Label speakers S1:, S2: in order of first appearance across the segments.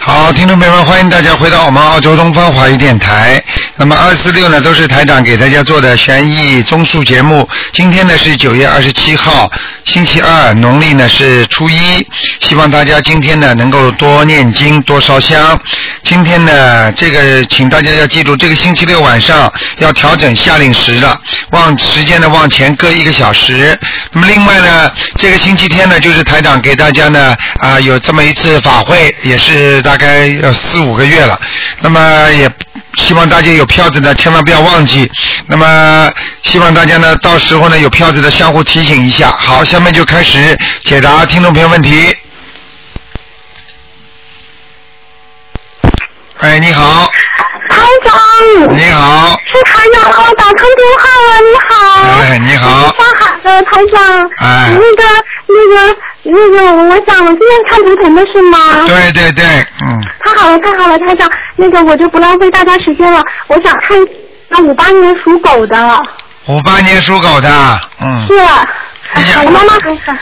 S1: 好，听众朋友们，欢迎大家回到我们澳洲东方华语电台。那么二四六呢，都是台长给大家做的悬疑综述节目。今天呢是九月二十七号，星期二，农历呢是初一。希望大家今天呢能够多念经，多烧香。今天呢，这个请大家要记住，这个星期六晚上要调整夏令时了，往啊时间呢往前搁一个小时。那么另外呢，这个星期天呢，就是台长给大家呢啊、有这么一次法会，也是大概有四五个月了。那么也希望大家有票子的千万不要忘记。那么希望大家呢，到时候呢有票子的相互提醒一下。好，下面就开始解答听众朋友问题。哎，你好，
S2: 台长，
S1: 你好，
S2: 是台长啊，打通电话了，你好。
S1: 哎，你好，
S2: 上海，呃，台长，
S1: 哎
S2: 那个，那个，那个，我想我今天看图腾的是吗？
S1: 对对对，嗯，
S2: 太好了，太好了，台长，那个我就不浪费大家时间了，我想看那五八年属狗的，
S1: 五八年属狗的，嗯
S2: 是，。
S1: 哎呀
S2: 哎我妈妈，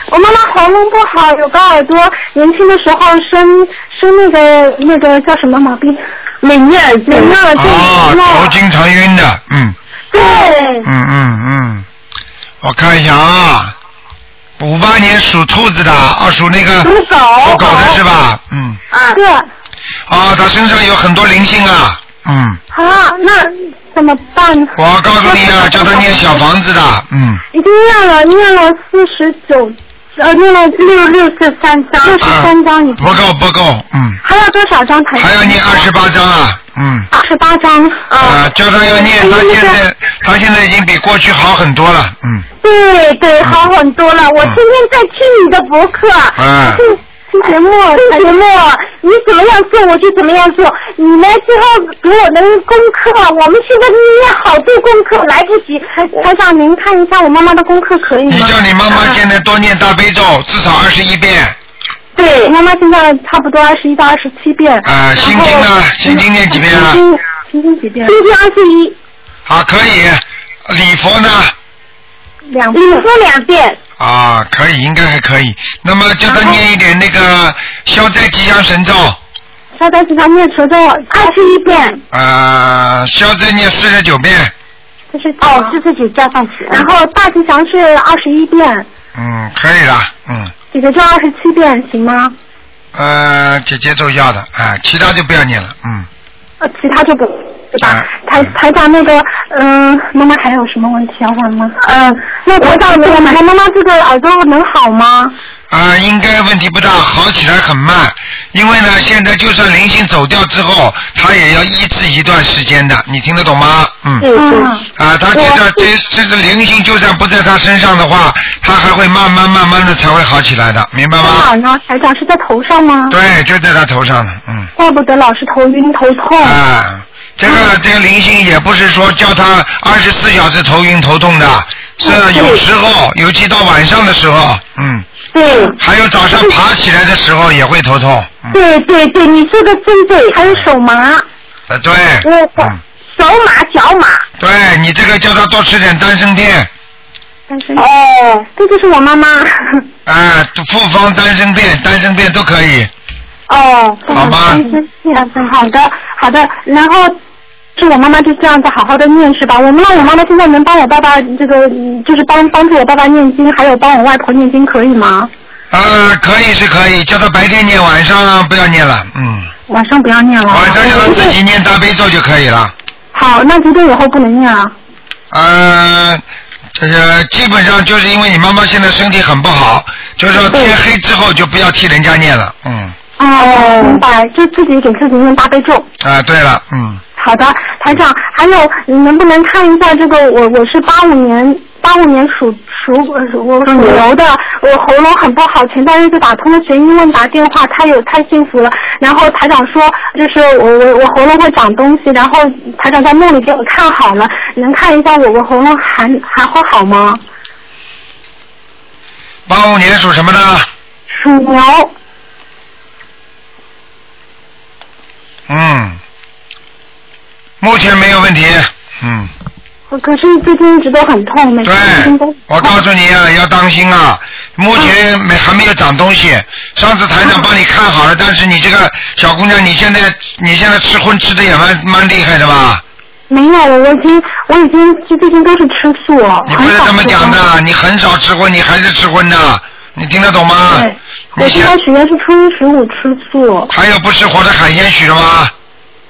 S2: 我妈妈喉咙不好，有个耳朵，年轻的时候生生那个那个叫什么毛病？敏锐，敏锐症，
S1: 哦，头
S2: 对，
S1: 经常晕的，嗯
S2: 对，
S1: 嗯嗯嗯，我看一下啊，五八年属兔子的，啊，属那个
S2: 属狗
S1: 属狗的是吧？嗯，
S2: 啊是。
S1: 哦，他身上有很多灵性啊，嗯，
S2: 啊，那怎么办？
S1: 我告诉你啊，叫他念小房子的，嗯，
S2: 已经念了，念了四十九，呃，念了六六十三章，六十三章已经
S1: 不。够不够，嗯，
S2: 还要多少章才？
S1: 还要念二十八章啊，嗯。
S2: 二十八章。
S1: 啊，叫他要念，他
S2: 那
S1: 现在他现在已经比过去好很多了，嗯，
S2: 对对，好很多了。我天天在听你的博客，
S1: 嗯
S2: 听听节目，听节目，你怎么样做我就怎么样做。你来之后给我的功课，我们现在念好多功课来不及。台长，您看一下我妈妈的功课可以吗？
S1: 嗯你叫你妈妈
S2: 啊
S1: 现在多念大悲咒，至少二十一遍，
S2: 对，妈妈现在差不多二十一到二十七遍。
S1: 啊，心经呢，心经念几遍啊？
S2: 心经，心经几遍？心经二十一，
S1: 啊，可以，礼佛呢，
S2: 两遍。你说两遍。
S1: 啊，可以，应该还可以。那么叫他念一点那个消灾吉祥神咒，
S2: 他在其他念求咒二十一遍，
S1: 啊，消灾念四十九遍，
S2: 这是哦，这自己加上去。啊然后大吉祥是二十一遍，
S1: 嗯，可以了，嗯，
S2: 姐姐咒二十七遍，行吗？
S1: 呃，姐姐咒要的，啊，其他就不要念了，嗯。
S2: 呃，其他就不，对吧？
S1: 嗯
S2: 台台长那个，嗯、妈妈还有什么问题要问吗？嗯、那台长，我们妈妈这个耳朵能好吗？
S1: 啊、应该问题不大，好起来很慢，因为呢，现在就算灵性走掉之后，他也要医治一段时间的，你听得懂吗？嗯。
S2: 嗯，
S1: 啊，他觉得这这个灵性就算不在他身上的话，他还会慢慢慢慢的才会好起来的，明白
S2: 在
S1: 吗
S2: 哪？儿呢？台长是在头上吗？
S1: 对，就在他头上了，嗯。
S2: 怪不得老是头晕头痛。
S1: 啊，这
S2: 嗯
S1: 个这个灵性也不是说叫他二十四小时头晕头痛的，是
S2: 嗯对
S1: 有时候，尤其到晚上的时候，嗯，
S2: 对
S1: 还有早上
S2: 嗯
S1: 爬起来的时候也会头痛，嗯。
S2: 对对对，你说的真对。还有手麻，
S1: 啊，对，
S2: 我
S1: 嗯，
S2: 手麻脚麻。
S1: 对你这个叫他多吃点丹参片，
S2: 哦，这就是我妈妈。
S1: 啊，复方丹参片、丹参片都可以，
S2: 哦，
S1: 好吧
S2: 嗯好的好的，然后。是我妈妈就这样子好好的念是吧？我妈我妈妈现在能帮我爸爸这个，嗯就是帮帮助我爸爸念经，还有帮我外婆念经，可以吗？
S1: 啊，可以是可以，叫他白天念，晚上不要念了，嗯，
S2: 晚上不要念了。
S1: 晚上叫他自己念大悲咒就可以了，
S2: 好，那绝对以后不能念啊了。
S1: 呃，这个基本上就是因为你妈妈现在身体很不好，就是说天黑之后就不要替人家念了，嗯，
S2: 哦，明白，就自己给自己念大悲咒。
S1: 啊，对了，嗯，
S2: 好的，台长，还有你能不能看一下这个？我我是八五年，八五年属属呃我
S1: 嗯
S2: 属牛的，我喉咙很不好。前段日子打通了悬疑问答电话，太有太幸福了。然后台长说，就是我我我喉咙会长东西，然后台长在梦里给我看好了，能看一下我我喉咙还还会好吗？
S1: 八五年属什么的？
S2: 属牛，
S1: 嗯，目前没有问题，嗯，
S2: 我可是最近一直都很痛，每
S1: 对
S2: 天都。，
S1: 我告诉你啊，要当心啊！目前没还没有长东西。上次台长帮你看好了，但是你这个小姑娘，你现在你现在吃荤吃的也蛮蛮厉害的吧？
S2: 没有，我已经我已经最近都是吃素，哦
S1: 你
S2: 很
S1: 不是
S2: 少
S1: 这么
S2: 吃
S1: 讲
S2: 荤
S1: 的，你很少吃荤，你还是吃荤的，你听得懂吗？
S2: 对，我
S1: 你
S2: 现
S1: 现
S2: 在许愿是初一十五吃素，
S1: 还有不吃活的海鲜许了吗？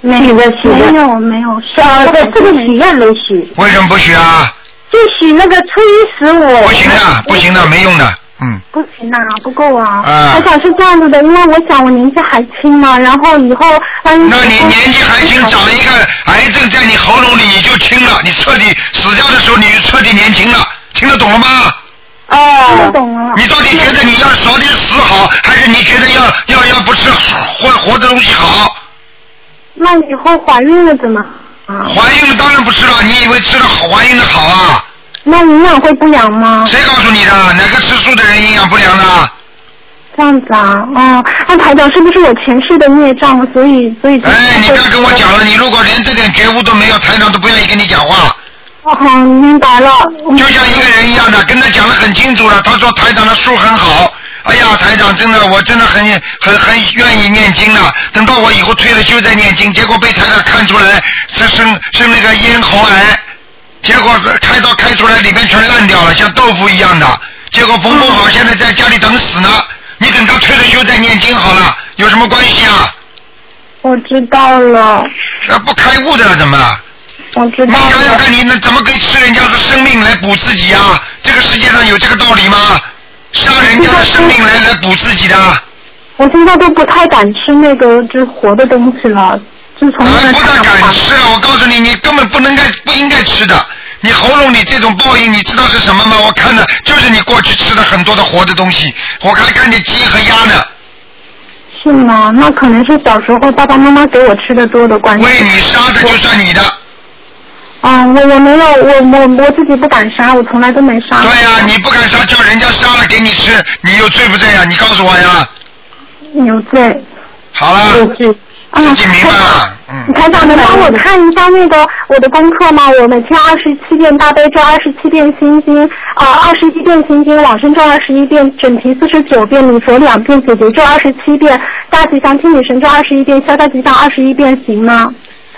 S3: 许的许
S2: 没
S3: 的，
S2: 有没有，
S3: 小的这个许愿没许，
S1: 为什么不许啊？
S3: 就许那个初一十五。
S1: 不行的，不行的，没用的，嗯。
S2: 不行呐、不够啊。
S1: 啊
S2: 我想是这样子的，因为我想我年纪还轻嘛，然后以后万一
S1: 那你年纪还轻，长一个癌症在你喉咙里，你就轻了，你彻底死掉的时候，你就彻底年轻了，听得懂了吗？
S2: 听得
S3: 哦，
S2: 懂啊了。
S1: 啊 你到底觉得你要早点死好，还是你觉得要要要不吃活活的东西好？
S2: 那以后怀孕了怎么？啊，
S1: 怀孕了当然不吃了，你以为吃了好怀孕的好啊？
S2: 那营养会不良吗？
S1: 谁告诉你的？哪个吃素的人营养不良的？
S2: 这样子啊，哦，那台长是不是我前世的孽障，所以所以就
S1: 哎，你不要跟我讲了，你如果连这点觉悟都没有，台长都不愿意跟你讲话。
S2: 哦，好，明白了。嗯
S1: 就像一个人一样的，跟他讲的很清楚了。他说台长的书很好，哎呀，台长真的，我真的很很很愿意念经了。等到我以后退了休再念经，结果被台长看出来是生生那个咽喉癌，结果是开刀开出来里面全烂掉了，像豆腐一样的。结果冯凤好现在在家里等死呢。你等他退了休再念经好了，有什么关系啊？
S2: 我知道了，
S1: 啊，不开悟的了怎么了？
S2: 我知
S1: 你
S2: 道
S1: 想想
S2: 了。
S1: 看，你那怎么可以吃人家的生命来补自己啊？这个世界上有这个道理吗？杀人家的生命来来补自己的，啊
S2: 我现在都不太敢吃那个就是活的东西了，自从那
S1: 还
S2: 个
S1: 啊不大
S2: 大
S1: 敢
S2: 麻
S1: 吃了。我告诉你，你根本不能该不应该吃的。你喉咙里这种报应，你知道是什么吗？我看了，就是你过去吃的很多的活的东西，我还看见鸡和鸭呢，
S2: 是吗？那可能是小时候爸爸妈妈给我吃的多的关系。
S1: 为你杀的就算你的。
S2: 嗯，我我没有，我我我自己不敢杀，我从来都没杀。
S1: 对啊呀、你不敢杀，叫人家杀了给你吃，你有罪不罪呀、你告诉我呀。
S2: 有罪。
S1: 好了，
S3: 就是
S2: 嗯
S1: 自己明白了，嗯。
S2: 台长，能帮我看一下那个我的功课吗？我每天二十七遍大悲咒，二十七遍心经，啊、呃，二十一遍心经，往生咒二十一遍，整题四十九遍，礼佛两遍，解结咒二十七遍，大吉祥天女神咒二十一遍，消灾吉祥二十一遍，行吗？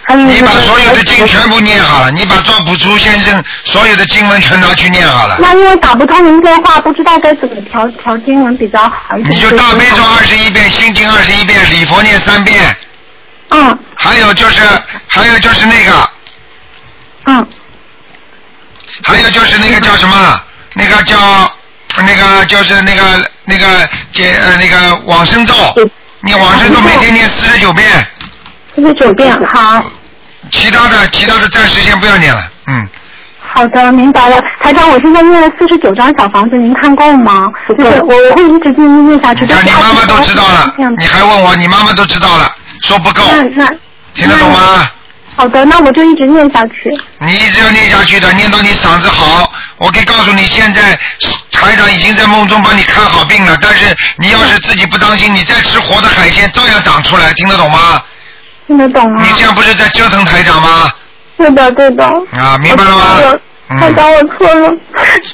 S2: 还有
S1: 你
S2: 那
S1: 把
S2: 个。
S1: 所有的经全部念好了，你把赵朴初先生所有的经文全拿去念好了，
S2: 那因为打不通您电话，不知道该怎么调调经文比较好一点。
S1: 你就大悲咒啊二十一遍，心经二十一遍，礼佛念三遍，
S2: 嗯
S1: 还有就是还有就是那个
S2: 嗯，
S1: 还有就是那个叫什么？那个叫那个就是那个那个解呃那个往生咒，你往生咒每天念四十九遍，
S2: 四十九
S1: 嗯
S2: 遍，好。
S1: 其他的其他的暂时先不要念了，嗯，
S2: 好的，明白了。台长，我现在念了四十九张小房子，您看够吗？
S3: 不够
S2: 就是我我会一直继续念下去。但
S1: 啊
S2: 是
S1: 你妈妈都知道了
S2: 这样，
S1: 你还问我，你妈妈都知道了，说不够，
S2: 那那
S1: 听得懂吗？
S2: 好的，那我就一直念下去。
S1: 你一直要念下去的，念到你嗓子好。我可以告诉你，现在台长已经在梦中帮你看好病了。但是你要是自己不当心，你再吃活的海鲜，照样长出来，听得懂吗？
S2: 听得懂啊
S1: 你？这样不是在折腾台长吗？
S2: 对的，对的。
S1: 啊，明白了
S2: 我错
S1: 吗
S2: 了？台
S1: 嗯，
S2: 长，我错了。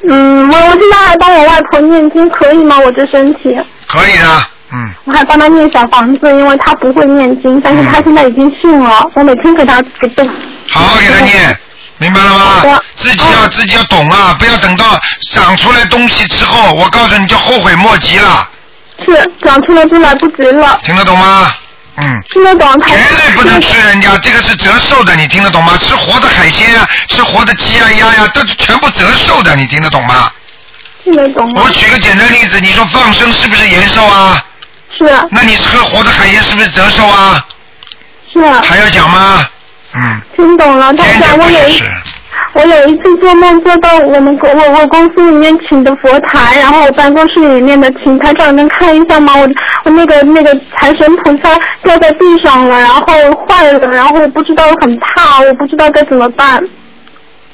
S2: 嗯，我我现在还帮我外婆念经，可以吗？我这身体，
S1: 可以的，嗯，
S2: 我还帮她念小房子，因为她不会念经，但是她现在已经信了。我每天给她给她
S1: 好好给他念，明白了
S2: 嗯好
S1: 吗
S2: 的？嗯
S1: 自己要自己要懂啊，不要等到长出来东西之后，我告诉你就后悔莫及了，
S2: 是长出来就来不及了，
S1: 听得懂吗？嗯。
S2: 听得懂？台
S1: 绝
S2: 长
S1: 对不能吃人家，这个是折寿的，你听得懂吗？吃活的海鲜啊，吃活的鸡啊、鸭呀、都是全部折寿的，你听得懂吗？
S2: 听得懂吗
S1: 我？举个简单例子，你说放生是不是延寿啊？
S2: 是
S1: 那你吃活的海鲜是不是折寿啊？
S2: 是，啊
S1: 还要讲吗？嗯，
S2: 听懂了。但
S1: 坚决不
S2: 是啊我有
S1: 许
S2: 一
S1: 吃。
S2: 我有一次做梦做到我们公我我公司里面请的佛台，然后我办公室里面的请台长能看一下吗？我我那个那个财神菩萨掉在地上了，然后坏了，然后我不知道很怕，我不知道该怎么办。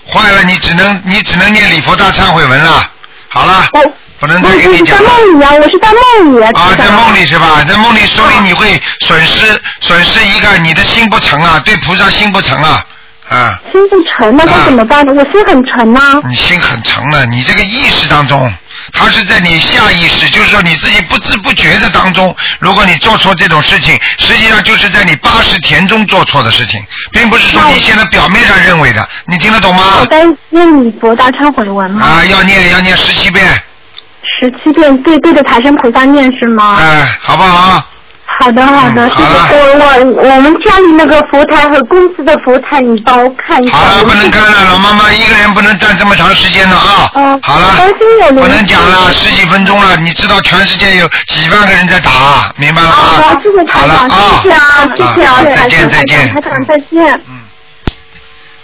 S1: 坏了，你只能你只能念礼佛大忏悔文了。好了，
S2: 我
S1: 不能
S2: 我
S1: 再给你
S2: 是
S1: 讲
S2: 在
S1: 了。
S2: 梦里啊，我是在哦梦里啊，
S1: 啊，
S2: 台
S1: 在
S2: 长
S1: 梦里是吧？在梦里，所以你会损失损失一个你的心不诚啊，对菩萨心不诚啊，啊，
S4: 心不沉，那该怎么办呢？我心很沉呐、
S2: 啊
S1: 你心很沉了，你这个意识当中，它是在你下意识，就是说你自己不知不觉的当中，如果你做错这种事情，实际上就是在你八十田中做错的事情，并不是说你现在表面上认为的，你听得懂吗
S4: 我？该念你博大忏悔文吗？
S1: 啊，要念要念十七遍，
S4: 十七遍对对着财神菩萨念是吗？
S1: 哎、好不好？
S4: 好的好的，
S1: 嗯
S4: 谢
S1: 好了
S4: 谢。
S2: 我我我们家里那个佛台和公司的佛台，你帮我看一下。
S1: 好了，不能看了，老妈妈一个人不能站这么长时间了啊！
S4: 哦
S1: 好了
S4: 担心有，灵
S1: 不能讲了，十几分钟了，你知道全世界有几万个人在打，明白了
S2: 哦
S1: 吗？
S4: 好，谢谢
S1: 啊
S4: 台
S1: 好了
S4: 长，
S1: 啊
S4: 谢谢，啊，谢谢啊，
S1: 啊
S4: 台
S1: 再见
S4: 长，
S1: 再
S4: 台
S1: 见
S4: 长，
S1: 嗯
S4: 台长，再见。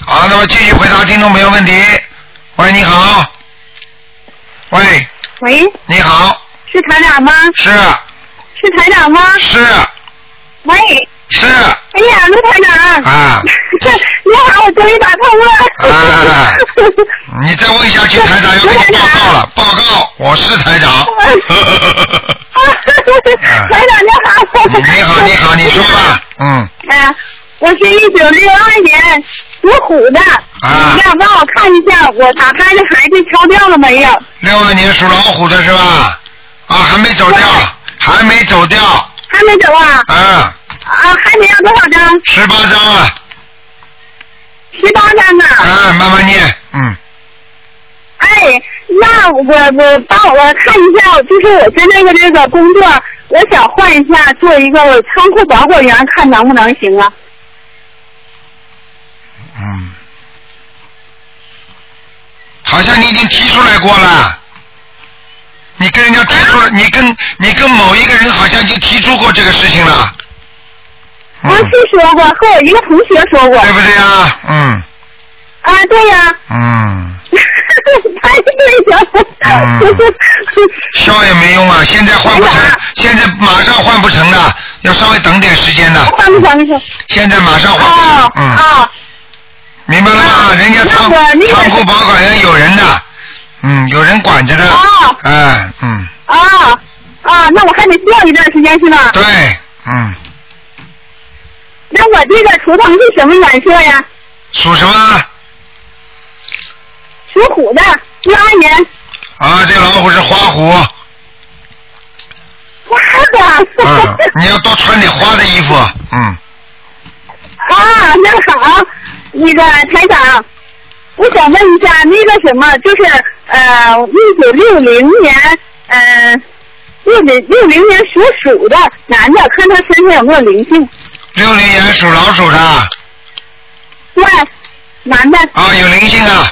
S1: 好，那么继续回答听众朋友问题。喂，你好。喂，
S2: 喂，
S1: 你好，
S2: 是台长吗？
S1: 是
S2: 是台长吗？
S1: 是
S2: 喂，
S1: 是
S2: 哎呀，陆台长，
S1: 啊，
S2: 你好，我终于打通了。
S1: 啊你再问下去，台长要给你报告了，报告，我是台长。
S2: 台长你好。
S1: 你好，你好，你说吧，嗯，
S2: 啊，我是一九六二年属虎的，
S1: 啊
S2: 你要帮我看一下我打胎的孩子敲掉了没有？
S1: 六二年属老虎的是吧？啊，还没走掉，还没走掉，
S2: 还没走啊？
S1: 啊，
S2: 啊，还没要多少张？
S1: 十八张了，
S2: 十八张呢。
S1: 啊，慢慢念，嗯，
S2: 哎，那我我帮我看一下，就是我现在的这个工作，我想换一下，做一个仓库保管员，看能不能行啊？
S1: 嗯，好像你已经提出来过了，你跟人家提
S2: 啊
S1: 出了，你跟你跟某一个人好像已经提出过这个事情了，嗯
S2: 我，是说过，和我一个同学说过。
S1: 对不对啊？嗯
S2: 啊，对呀、
S1: 嗯，
S2: 太对了，
S1: 嗯笑也没用啊，现在换不成，现在马上换不成的，要稍微等点时间的，
S2: 换不上去。
S1: 现在马上换不成
S2: 哦，
S1: 嗯。
S2: 哦，
S1: 明白了吗？
S2: 啊
S1: 人家仓
S2: 那我那个
S1: 仓库保管员有人的，嗯，有人管着的。
S2: 哦
S1: 哎，嗯，
S2: 哦，哦，那我还得需要一段时间是吧？
S1: 对，嗯，
S2: 那我这个图腾是什么颜色呀？
S1: 属什么？
S2: 属虎的，一二年。
S1: 啊，这老虎是花虎。
S2: 哇 的。
S1: 嗯，你要多穿点花的衣服。嗯，
S2: 啊，那好，那个台长，我想问一下，那个什么，就是呃，一九六零年，呃，六零六零年属鼠的男的，看他身上有没有灵性？
S1: 六零年属老鼠的啊，
S2: 对，男的，
S1: 有灵性啊，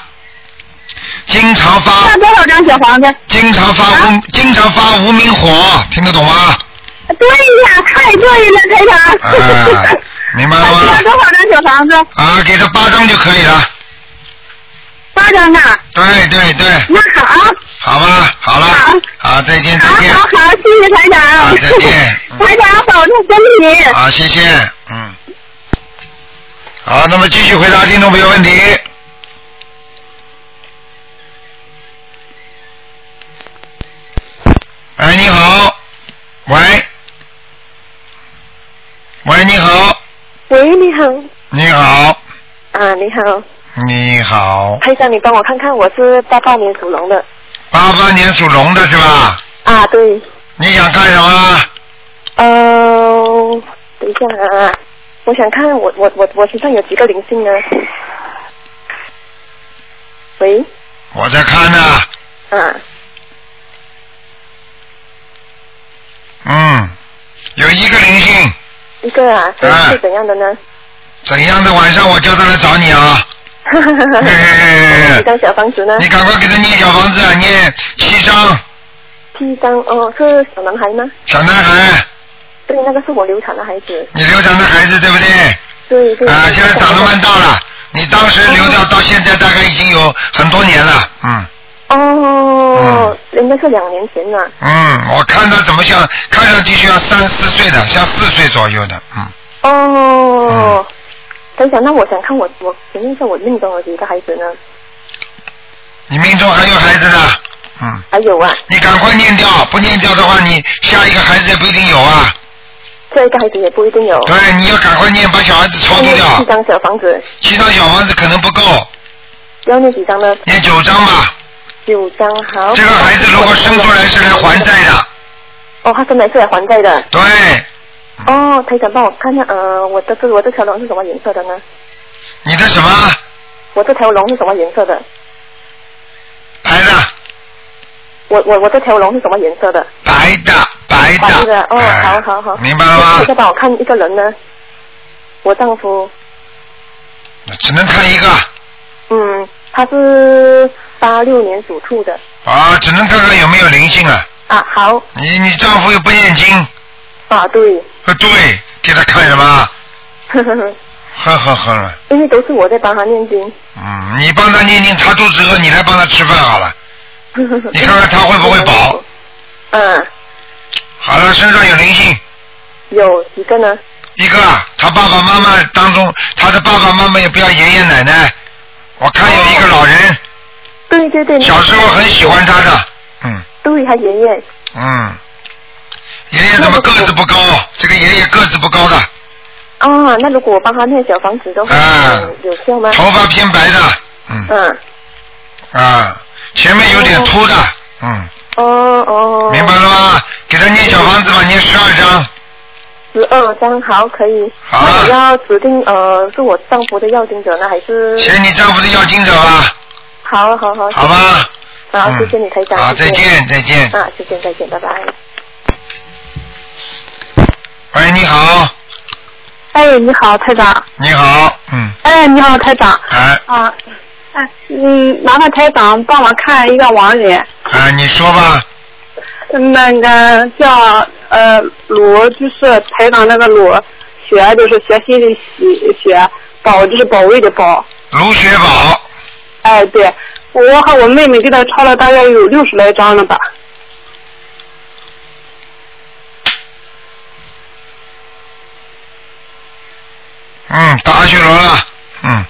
S1: 经常
S2: 要
S1: 发
S2: 多少张小房子？
S1: 经常发无、经常发无名火，听得懂吗？
S2: 对呀，太对了，台长。
S1: 啊明白了吗
S2: 要多少张小房子？
S1: 啊，给他八张就可以了。
S2: 八张啊。
S1: 对对对，
S2: 那好，
S1: 好吧，好了，
S2: 好
S1: 好，再见再
S2: 好
S1: 见。
S2: 好好，谢谢台长。
S1: 啊再见啊嗯
S2: 台长保重身体。
S1: 好，谢谢，嗯。好，那么继续回答听众朋友问题。哎，你好，喂，喂，你好，
S5: 喂，你好，
S1: 你好，
S5: 啊，你好，
S1: 你好，
S5: 台长，你帮我看看，我是八八年属龙的，
S1: 八八年属龙的是吧？
S5: 啊，对，
S1: 你想干什么？
S5: 呃，等一下啊，我想看我我我我身上有几个灵性呢？啊喂，
S1: 我在看呢、
S5: 啊，
S1: 嗯，有一个灵性，
S5: 一个啊，是
S1: 啊
S5: 是怎样的呢？
S1: 怎样的晚上我叫他来找你啊？
S5: 哈哈哈
S1: 哎哎哎
S5: 哈，几张小房子呢
S1: 你？赶快给他念小房子，念七章
S5: 七张哦，是小男孩吗？
S1: 小男孩，
S5: 对，那个是我流产的孩子，
S1: 你流产的孩子对不对？
S5: 对对。
S1: 啊，现在长得蛮大了，你当时流掉到现在大概已经有很多年了，嗯
S5: 哦，应该是两年前了。
S1: 嗯，我看他怎么像，看上去就像三四岁的，像四岁左右的，嗯，
S5: 哦，等一下，那我想看我我请问一下，我命中有几个孩子呢？
S1: 你命中还有孩子呢，嗯，
S5: 还有啊，
S1: 你赶快念掉，不念掉的话，你下一个孩子也不一定有啊，
S5: 下一个孩子也不一定有。
S1: 对，你要赶快念，把小孩子超度
S5: 念
S1: 掉
S5: 几。张小房子，
S1: 七张小房子可能不够，
S5: 要念几张呢？
S1: 念九张吧。
S5: 九张好。
S1: 这个孩子如果生出来是来还债的，
S5: 哦，他生来是来还债的。
S1: 对，
S5: 哦，台长帮我看一下，呃，我的这我这条龙是什么颜色的呢？
S1: 你的什么
S5: 我这条龙是什么颜色的？
S1: 白的，
S5: 我我我这条龙是什么颜色的？
S1: 白的，白的，
S5: 白的哦
S1: 哎
S5: 好好好
S1: 明白了吗
S5: 再？帮我看一个人呢，我丈夫，
S1: 只能看一个
S5: 嗯，他是八六年属兔的
S1: 啊，只能看看有没有灵性啊。
S5: 啊，好
S1: 你你丈夫又不念经，
S5: 啊，对，
S1: 呃，对，给他看什么？
S5: 呵呵呵，
S1: 呵呵呵了，
S5: 因为都是我在帮他念经，
S1: 嗯，你帮他念经，他肚子饿，你来帮他吃饭好了。
S5: 呵呵呵
S1: 你看看他会不会饱？
S5: 嗯、
S1: 好了，身上有灵性，
S5: 有几个呢？
S1: 一个啊，他爸爸妈妈当中，他的爸爸妈妈也不要爷爷奶奶。我看有一个老人，
S5: 对对对，
S1: 小时候很喜欢他的，嗯
S5: 对他爷爷，
S1: 嗯，爷爷怎么个子不高？这个爷爷个子不高的，
S5: 啊，那如果我帮他念小房子的话，
S1: 啊
S5: 有有效吗？
S1: 头发偏白的，嗯
S5: 嗯，
S1: 啊，前面有点秃的，嗯，
S5: 哦哦，
S1: 明白了吗？给他念小房子吧，
S5: 嗯
S1: 念十二章，
S5: 十二张好可以。
S1: 好
S5: 那我要指定呃是我丈夫的要经者呢，还是？
S1: 写你丈夫的要经者吧，
S5: 好好好。
S1: 好吧？
S5: 嗯好，
S1: 嗯
S5: 谢谢你台长。
S1: 好，再
S5: 谢谢。
S1: 见，再见。
S5: 啊，再见再见，拜拜。
S1: 喂，你好，
S2: 哎，你好，台长。
S1: 你好，嗯，
S2: 哎，你好，台长。
S1: 哎
S2: 啊，哎，嗯，麻烦台长帮我看一个亡人，
S1: 哎，你说吧，
S2: 嗯那个叫呃鲁，就是台长那个鲁，学就是学习的习学，保就是保卫的保。
S1: 卢雪宝，
S2: 哎，对，我和我妹妹给他抄了大概有六十来张了吧。
S1: 嗯，打阿修罗了，嗯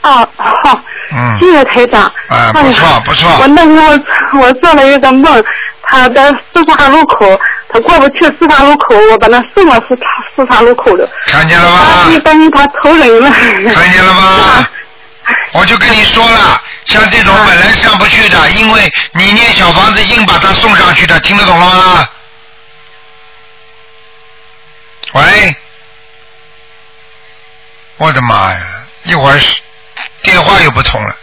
S2: 啊，好，谢
S1: 嗯，
S2: 谢台长。
S1: 哎，
S2: 哎
S1: 不
S2: 呀
S1: 错不错
S2: 我，那天我我做了一个梦，他在四岔路口，他过不去四岔路口，我把他送到四岔四岔路口了，
S1: 看见了吗
S2: 啊，一？般他投人了。
S1: 看见了吗？我就跟你说了，像这种本来上不去的，因为你念小房子硬把它送上去的，听得懂了吗？喂，我的妈呀！一会儿是电话又不通了。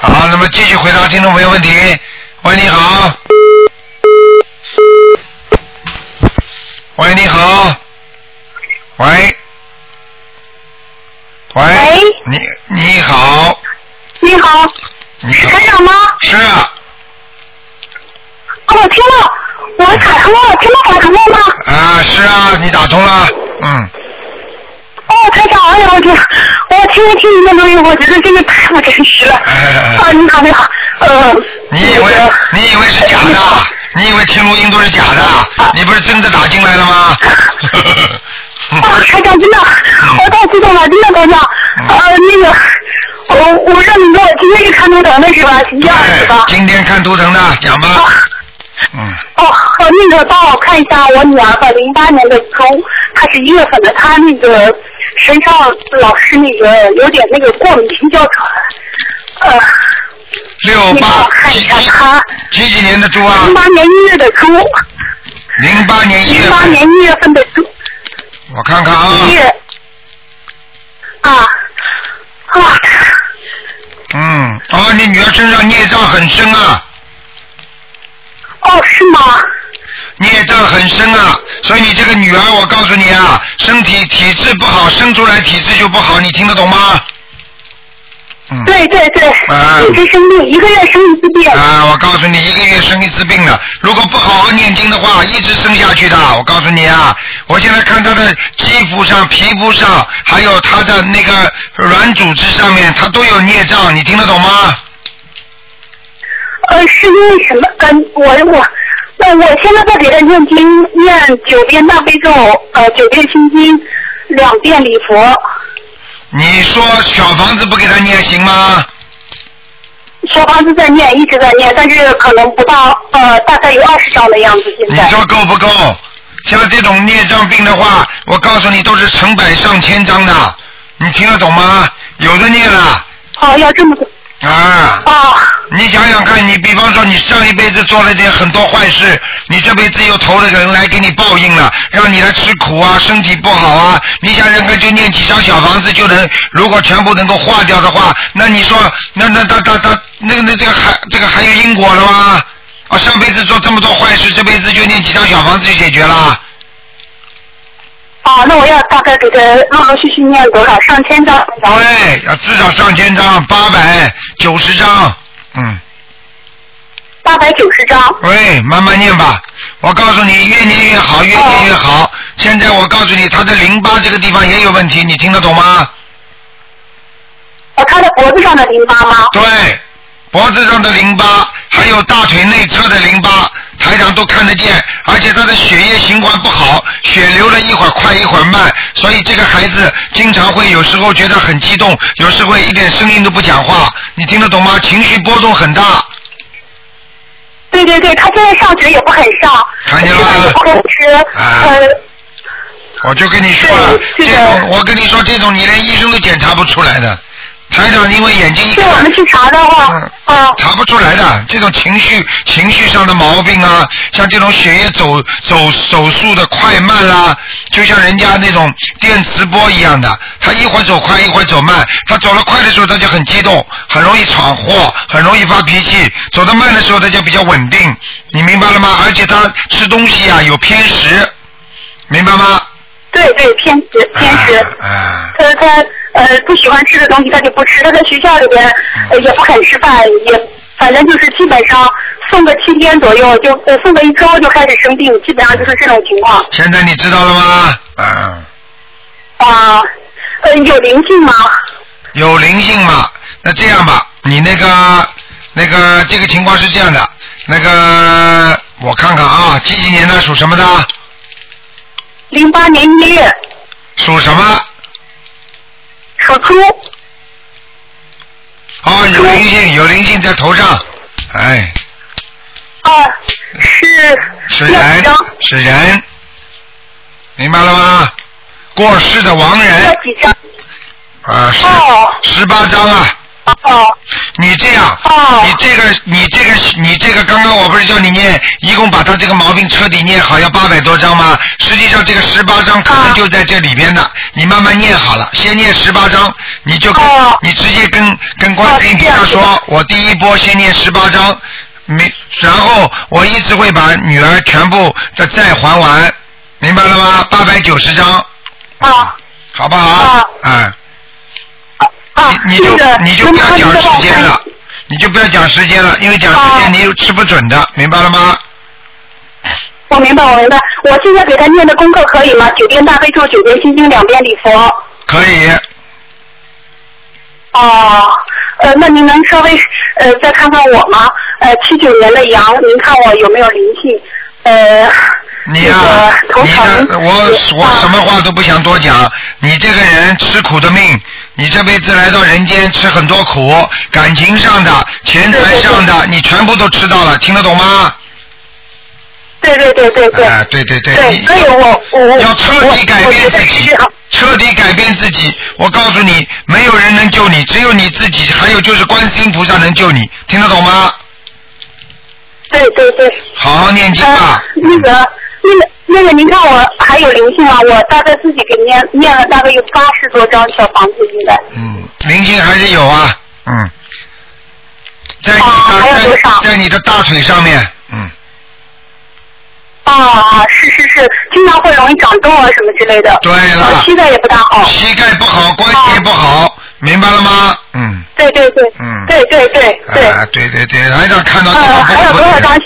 S1: 好，那么继续回答听众朋友问题。喂，你好。喂，你好。喂。喂。
S2: 喂
S1: 你你好，
S2: 你好，
S1: 你好。
S2: 台长吗？
S1: 是啊，
S2: 哦，我听到，我打通了，听到打通了吗？
S1: 啊是啊，你打通了，嗯。
S2: 哦，台长，哎呀，我天，我天天听你的录音，我觉得真是太不真实了。
S1: 嗯
S2: 啊，你好，你好，呃，
S1: 哎你以为你以为是假的？你以为听录音都是假的？你不是真的打进来了吗？
S2: 啊，台长，真的，我太激动了，啊真的，台长，呃，那个，我我让你给我今天是看图腾的是吧？星期二是吧
S1: 对，？ 今天看图腾的，讲
S2: 啊
S1: 吧。嗯，
S2: 哦，呃那个帮我看一下我女儿吧，零八年的猪，她是一月份的，她那个身上老是那个有点那个过敏性哮喘，呃，
S1: 六
S2: 你帮
S1: 八
S2: 我看一
S1: 几
S2: 下她
S1: 几几年的猪哦啊
S2: 零？八年一月的猪，
S1: 零八年一月
S2: 零八
S1: 份。
S2: 年一月份的猪，
S1: 我看看啊，
S2: 一月，啊啊，
S1: 嗯，哦，你女儿身上孽障很深啊，
S2: 哦，是吗？
S1: 孽障很深啊，所以你这个女儿，我告诉你啊，身体体质不好，生出来体质就不好，你听得懂吗？嗯。
S2: 对对对，
S1: 啊
S2: 一直生病，一个月生一次病。
S1: 啊，我告诉你，一个月生一次病的，如果不好好念经的话，一直生下去的。我告诉你啊，我现在看他的肌肤上、皮肤上，还有他的那个软组织上面，他都有孽障，你听得懂吗？
S2: 呃，是因为什么？呃，我我，呃，我现在在给他念经，念九遍大悲咒，呃，九遍心经，两遍礼佛。
S1: 你说小房子不给他念行吗？
S2: 小房子在念，一直在念，但是可能不到呃，大概有二十张的样子。现
S1: 你
S2: 在
S1: 说够不够？像这种孽障病的话，我告诉你都是成百上千张的，你听得懂吗？有的念了
S2: 哦，要这么多
S1: 啊！
S2: 啊
S1: 你想想看，你比方说你上一辈子做了点很多坏事，你这辈子又投了个人来给你报应了，让你来吃苦啊，身体不好啊。你想想看，就念几张小房子就能，如果全部能够化掉的话，那你说，那那那那那那那这个还这个还有因果了吗？啊，上辈子做这么多坏事，这辈子就念几张小房子就解决了。
S2: 啊，那我要大概给他陆陆续续念多少？上千张。
S1: 对，要至少上千张，八百九十张，嗯。
S2: 八百九十张。
S1: 喂，慢慢念吧。我告诉你，越念越好，越念越好。现在我告诉你，他的淋巴这个地方也有问题，你听得懂吗？
S2: 哦，他的脖子上的淋巴吗？
S1: 对，脖子上的淋巴，还有大腿内侧的淋巴，台长都看得见。而且他的血液循环不好，血流了一会儿快一会儿慢，所以这个孩子经常会有时候觉得很激动，有时候一点声音都不讲话。你听得懂吗？情绪波动很大，
S2: 对对对，他现在上学也不肯上，
S1: 看见
S2: 吃
S1: 了吗
S2: 饭也不肯吃，
S1: 啊
S2: 呃，
S1: 我就跟你说了，这
S2: 对是的
S1: 种我跟你说，这种你连医生都检查不出来的。台长因为眼睛一
S2: 对我
S1: 看
S2: 们，去查的话，
S1: 嗯
S2: 啊、
S1: 查不出来的这种情绪情绪上的毛病啊，像这种血液走走走速的快慢啦、就像人家那种电磁波一样的，他一会儿走快，一会儿走慢。他走得快的时候，他就很激动，很容易闯祸，很容易发脾气；走得慢的时候，他就比较稳定。你明白了吗？而且他吃东西啊有偏食，明白吗？
S2: 对对，偏食偏食。
S1: 啊啊
S2: 他他呃不喜欢吃的东西他就不吃，他在学校里边、呃、
S1: 嗯
S2: 也不肯吃饭，也反正就是基本上送个七天左右就呃送个一周就开始生病，基本上就是这种情况
S1: 现在你知道了吗？嗯，
S2: 啊。呃，有灵性吗？
S1: 有灵性嘛？那这样吧，你那个那个这个情况是这样的，那个我看看啊，几几年的属什么的？
S2: 零八年一月
S1: 属什么？
S2: 属猪，
S1: 哦，有灵性，有灵性在头上。哎，
S2: 啊，是
S1: 是
S2: 要几
S1: 人
S2: 张？，
S1: 是人，明白了吗？过世的亡
S2: 要
S1: 人
S2: 几张？
S1: 啊，十
S2: 哦
S1: 十八张啊。
S2: 哦
S1: 你这样，
S2: 哦
S1: 你这个，你这个，你这个，刚刚我不是叫你念，一共把他这个毛病彻底念好，要八百多章吗？实际上这个十八章可能
S2: 啊
S1: 就在这里边的，你慢慢念好了，先念十八章，你就跟、
S2: 哦
S1: 你直接跟跟观世音菩萨说，我第一波先念十八章，没，然后我一直会把女儿全部的债还完，明白了吗？八百九十章，
S2: 啊
S1: 好不好？
S2: 啊
S1: 嗯
S2: 啊！
S1: 你你
S2: 那
S1: 就
S2: 个
S1: 你就
S2: 能
S1: 不要
S2: 能
S1: 讲
S2: 再帮我
S1: 时间
S2: 看
S1: 了，你就不要讲时间了，因为讲时
S2: 啊
S1: 间你又吃不准的，明白了吗？
S2: 我明白，我明白。我现在给他念的功课可以吗？九遍大悲咒，九遍心经，两遍礼佛。
S1: 可以，
S2: 哦，呃，那您能稍微呃再看看我吗？呃，七九年的羊，您看我有没有灵性？呃，
S1: 你呀、
S2: 那个头啊
S1: 你
S2: 疼
S1: 呀，我我什么话都不想多讲。你这个人吃苦的命，你这辈子来到人间吃很多苦，感情上的、钱财上的，你全部都吃到了，听得懂吗？
S2: 对对对对对。
S1: 哎，对对对，
S2: 对，
S1: 你
S2: 所以我我我
S1: 要彻底改
S2: 我我觉
S1: 变
S2: 得
S1: 自己
S2: 是啊，
S1: 彻底改变自己。我告诉你，没有人能救你，只有你自己，还有就是观世音菩萨能救你，听得懂吗？
S2: 对对对。
S1: 好好念经
S2: 呃
S1: 吧。，
S2: 那个那个那个，您看我还有灵性吗？我大概自己给念念了大概有八十多张小房子应该。
S1: 嗯，灵性还是有啊，嗯，在你的、
S2: 哦还有多少
S1: 在在你的大腿上面，嗯，
S2: 啊，是是是，经常会容易长痘啊什么之类的。
S1: 对了
S2: 然后膝盖也不大好。
S1: 膝盖不好，关节不好，明白了吗？嗯，
S2: 对对对。
S1: 嗯
S2: 对对对哦对。
S1: 啊，对对对，还想看到
S2: 呃，
S1: 地方
S2: 还有
S1: 不
S2: 多少张
S1: 好？？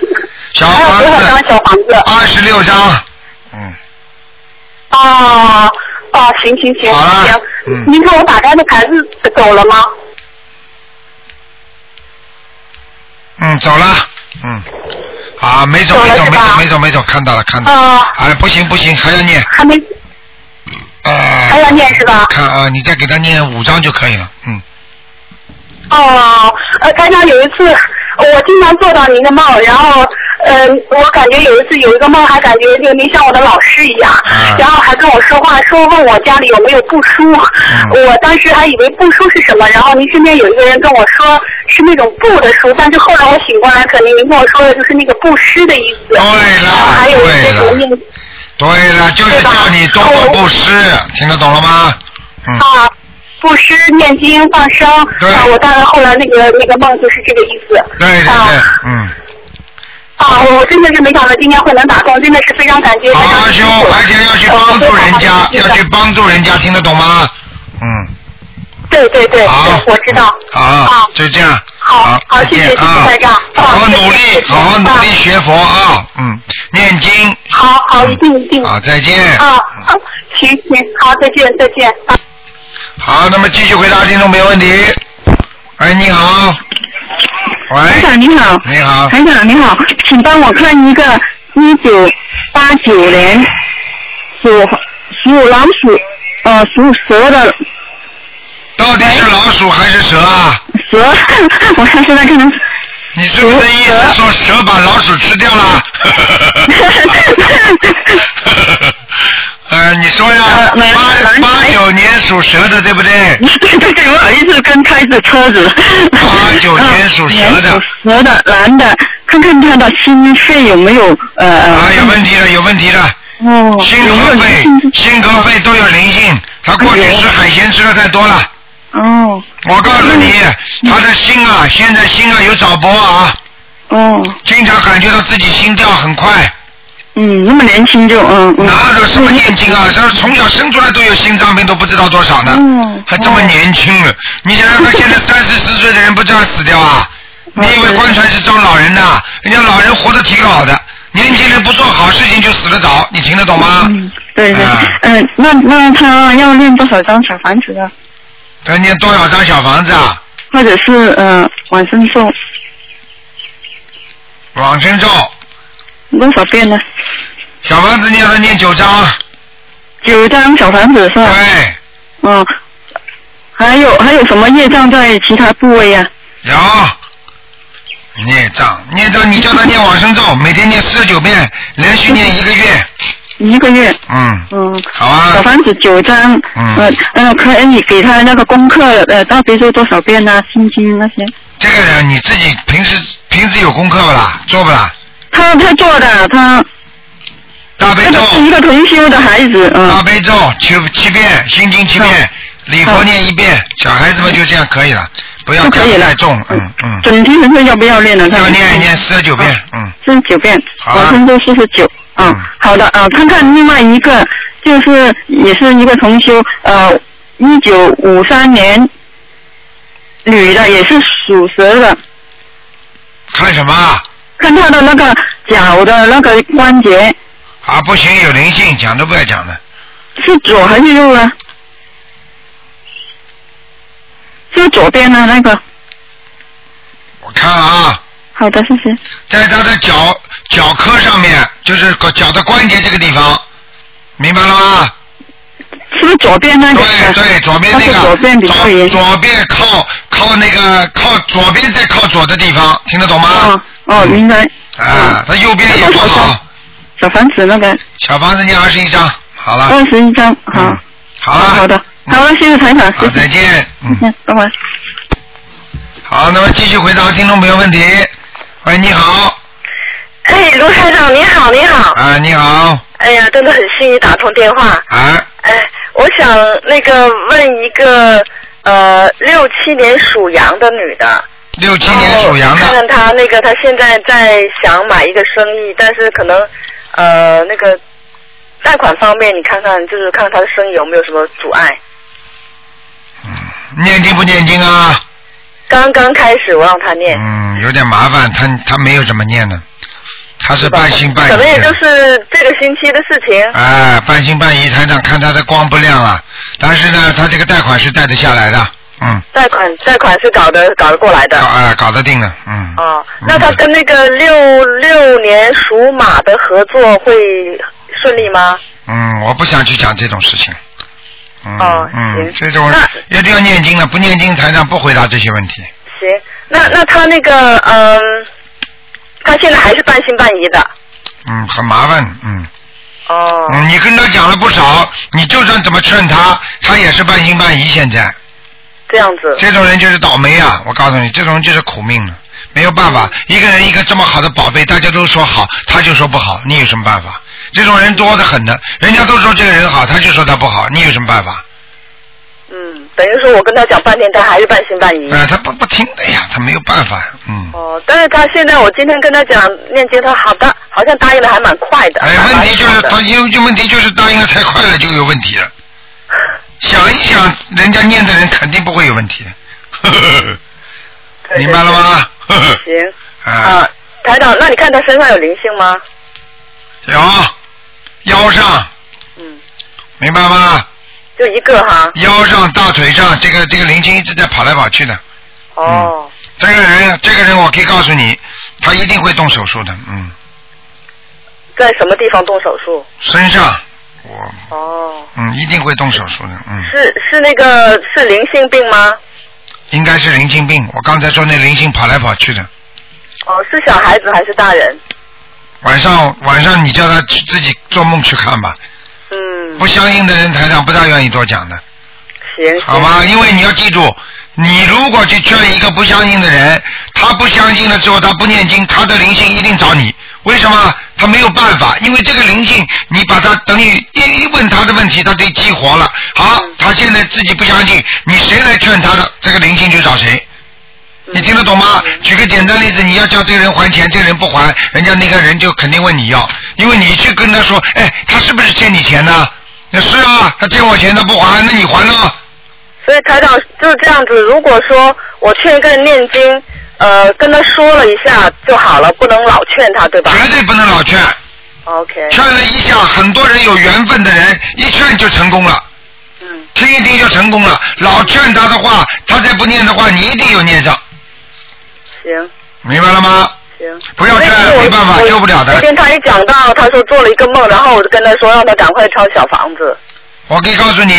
S1: 小
S2: 还有多少
S1: 房子，啊
S2: 张小房子？
S1: 二十六张，嗯。
S2: 啊啊，行行行
S1: 好了
S2: 行。
S1: 嗯
S2: 您看我打胎的孩子走了吗？
S1: 嗯，走了。嗯，啊，没走，
S2: 走了
S1: 没走，
S2: 是
S1: 没
S2: 吧
S1: 走，没走，没走，看到了，看到了。
S2: 啊，
S1: 哎，不行不行，还要念，
S2: 还没
S1: 呃，
S2: 还要念是吧？
S1: 看啊，你再给他念五章就可以了，嗯，
S2: 哦哦，呃，台长有一次我经常做到您的梦，然后呃，我感觉有一次有一个梦，还感觉就您像我的老师一样，
S1: 啊
S2: 然后还跟我说话，说问我家里有没有布书，我当时还以为布书是什么，然后您身边有一个人跟我说是那种布的书，但是后来我醒过来，可能您跟我说的就是那个布施的意思，
S1: 对
S2: 然后
S1: 了，
S2: 还有一些
S1: 对
S2: 什
S1: 了，
S2: 么
S1: 对了，就是叫你多做布施，听得懂了吗？嗯，
S2: 啊。布施、念经、放生，
S1: 对
S2: 啊，我当然后来那个那个梦就是这个意思。
S1: 对对对
S2: 啊，
S1: 嗯，
S2: 啊，我真的是没想到今天会能打通，真的是非常感激。
S1: 好啊
S2: 非常
S1: 好
S2: 辛
S1: 修，
S2: 苦
S1: 而且要去帮助人家，要去。帮助人家，听得懂吗？嗯，
S2: 对对对，
S1: 好
S2: 对，我知道。
S1: 好
S2: 好，
S1: 就这样。
S2: 好
S1: 好
S2: 好，
S1: 再
S2: 谢谢
S1: 见
S2: 谢谢
S1: 啊
S2: 台长！
S1: 好好
S2: 啊
S1: 努
S2: 谢谢
S1: 力，好好努力学佛啊，嗯，念经。
S2: 好
S1: 嗯
S2: 好，一定一定。
S1: 好，再见。
S2: 啊，啊行行，好，再见再见。啊
S1: 好，那么继续回答听众没问题。哎，你好。
S6: 台
S1: 喂，
S6: 长你好，
S1: 你好。
S6: 台长你好，请帮我看一个一九八九年属属老鼠呃属蛇的
S1: 到底是老鼠还是蛇啊？
S6: 蛇， 我看现在 看能。
S1: 你是不是意思说蛇把老鼠吃掉 了？呃，你说呀，
S6: 呃没有
S1: 八八九年属蛇的，对不对？
S6: 对对对，不好意思，跟开着车子。
S1: 89年属蛇的
S6: 嗯年属蛇的男的，看看他的心肺有没有呃。
S1: 啊，有问题了，有问题了，
S6: 哦，嗯
S1: 心
S6: 有没
S1: 和
S6: 有
S1: 肺
S6: 灵性，
S1: 心和肺都有灵性。他过去吃海鲜吃的太多了，
S6: 哦嗯
S1: 我告诉你，他的心啊，现在心啊有早搏啊，
S6: 哦，
S1: 经常感觉到自己心跳很快。
S6: 嗯，那么年轻就嗯嗯。
S1: 哪有什么念经啊？他从小生出来都有心脏病，都不知道多少呢，
S6: 嗯
S1: 还这么年轻了。你想想看，现在三四十岁的人不就要死掉啊？你以为
S6: 对
S1: 棺材是装老人的？人家老人活得挺好的，年轻人不做好事情就死得早，你听得懂吗？
S6: 嗯，对对
S1: 啊，
S6: 嗯，那那他要练多少张小房子呢？
S1: 要念多少张小房子啊？
S6: 或者是呃晚上做
S1: 往生咒，
S6: 多少遍呢？
S1: 小房子念了念九张，
S6: 九张小房子是吧？
S1: 对，
S6: 哦，还有还有什么业障在其他部位呀、
S1: 有。孽障，孽障，你叫他念往生咒，每天念四十九遍，连续念一个月，
S6: 一个月，
S1: 嗯，
S6: 嗯，
S1: 好啊。
S6: 小房子九张，
S1: 嗯
S6: 呃呃，可以给他那个功课，呃，大悲咒多少遍呢、心经那些。
S1: 这个人你自己平时平时有功课不啦？做不啦？
S6: 他他做的，他
S1: 大悲
S6: 那
S1: 咒
S6: 个，是一个同修的孩子，嗯、
S1: 大悲咒七七遍，心经七遍，礼佛念一遍，小孩子们就这样可以了，不要
S6: 就
S1: 看
S6: 可以
S1: 得
S6: 了
S1: 太重，嗯嗯，
S6: 整体人是要不要练呢？他
S1: 要念一念四十九遍，嗯，
S6: 四十九遍，
S1: 好啊
S6: 往生咒四十九。
S1: 嗯
S6: 嗯，好的啊，看看另外一个，就是也是一个同修，呃，一九五三年女的，也是属蛇的，
S1: 看什么啊？
S6: 看她的那个脚的那个关节
S1: 啊，不行，有灵性，讲都不要讲的。
S6: 是左还是右啊呢？是左边的那个。
S1: 我看啊，
S6: 好的，谢谢。
S1: 在他的脚脚科上面，就是脚的关节这个地方，明白了吗？
S6: 是不是左边那个？
S1: 对对，左边那
S6: 那
S1: 个
S6: 是左边比较
S1: 左
S6: 严。
S1: 左边靠靠那个靠左边再靠左嗯的地方，听得懂吗？
S6: 哦嗯哦，明白。
S1: 啊，他右边也不
S6: 那多少
S1: 好
S6: 张。小房子那个
S1: 小房子念二十一张，好了，
S6: 二十一张，好。
S1: 啊嗯，好了，
S6: 好的，
S1: 嗯
S6: 好了，谢谢台长，
S1: 好，
S6: 谢
S1: 再
S6: 谢，
S1: 见，嗯，
S6: 嗯，拜拜。
S1: 好，那么继续回答听众朋友问题。喂，你好，
S7: 哎，卢台长，你好，你好。
S1: 啊，你好，
S7: 哎呀，真的很幸运打通电话。
S1: 啊，
S7: 哎，我想那个问一个呃六七年属羊的女的，
S1: 六七年属羊
S7: 然后看看
S1: 的，
S7: 她那个，她现在在想买一个生意，但是可能呃那个贷款方面，你看看就是看看她的生意有没有什么阻碍。
S1: 念经不念经啊？
S7: 刚刚开始我让她念，
S1: 嗯，有点麻烦，他他没有怎么念呢，他是半信半疑的。
S7: 可能也就是这个星期的事情。
S1: 哎，半信半疑，台长看他的光不亮啊，但是呢，他这个贷款是贷得下来的，嗯，
S7: 贷款贷款是搞得搞得过来的
S1: 搞。哎搞得定的，嗯。
S7: 哦，那他
S1: 嗯
S7: 跟那个六六年属马的合作会顺利吗？
S1: 嗯，我不想去讲这种事情。嗯、
S7: 哦
S1: 嗯
S7: 行，
S1: 这种
S7: 那
S1: 一定要念经的，不念经台上不回答这些问题。
S6: 行，那那他那个嗯，他现在还是半信半疑的。
S1: 嗯，很麻烦，嗯。
S6: 哦。
S1: 嗯，你跟他讲了不少，你就算怎么劝他，他也是半信半疑。现在
S6: 这样子。
S1: 这种人就是倒霉啊！我告诉你，这种人就是苦命了，没有办法。一个人一个这么好的宝贝，大家都说好，他就说不好，你有什么办法？这种人多得很的，人家都说这个人好，他就说他不好，你有什么办法？
S6: 嗯，等于说我跟他讲半天，他还是半信半疑。
S1: 呃，他不不听的呀，他没有办法，嗯。
S6: 嗯哦，但是他现在我今天跟他讲念经，他好的，好像答应的还蛮快的。
S1: 哎，问题就是
S6: 蛮
S1: 他
S6: 好的
S1: 因为问题就是答应的太快了，就有问题了。想一想，人家念的人肯定不会有问题的。呵呵呵
S6: 对
S1: 明白了吗？呵呵
S6: 行
S1: 啊
S6: 啊，，台长，那你看他身上有灵性吗？
S1: 有腰上，
S6: 嗯，
S1: 明白吗？
S6: 就一个哈。
S1: 腰上、大腿上，这个这个灵性一直在跑来跑去的。
S6: 哦，
S1: 这个人，这个人，我可以告诉你，他一定会动手术的。嗯，
S6: 在什么地方动手术？
S1: 身上，我，
S6: 哦，
S1: 嗯，一定会动手术的。嗯，
S6: 是是那个是灵性病吗？
S1: 应该是灵性病。我刚才说那灵性跑来跑去的。
S6: 哦，是小孩子还是大人？
S1: 晚上晚上你叫他去自己做梦去看吧。
S6: 嗯，
S1: 不相信的人，台上不大愿意多讲的，
S6: 行，
S1: 好
S6: 吗？
S1: 吗？因为你要记住，你如果去劝一个不相信的人，他不相信了之后，他不念经，他的灵性一定找你。为什么？他没有办法，因为这个灵性，你把他等于一一问他的问题，他就激活了。好，他现在自己不相信，你谁来劝他的，这个灵性就找谁。你听得懂吗？举个简单例子，你要叫这个人还钱，这个人不还，人家那个人就肯定问你要，因为你去跟他说，哎，他是不是欠你钱呢？那是啊，他欠我钱，他不还，那你还了？
S6: 所以台长就是这样子。如果说我劝一个人念经，呃，跟他说了一下就好了，不能老劝他，对吧
S1: 绝对不能老劝，
S6: ？OK，
S1: 劝了一下，很多人有缘分的人一劝就成功了，
S6: 嗯，
S1: 听一听就成功了。老劝他的话，他再不念的话，你一定有念上，
S6: 行
S1: 明白了吗？
S6: 行。
S1: 不要劝
S6: 那天，我
S1: 没办法，
S6: 我
S1: 救不了
S6: 那
S1: 的。
S6: 天他一讲到，他说做了一个梦，哦然后我就跟他说让他赶快抄小房子。
S1: 我可以告诉你，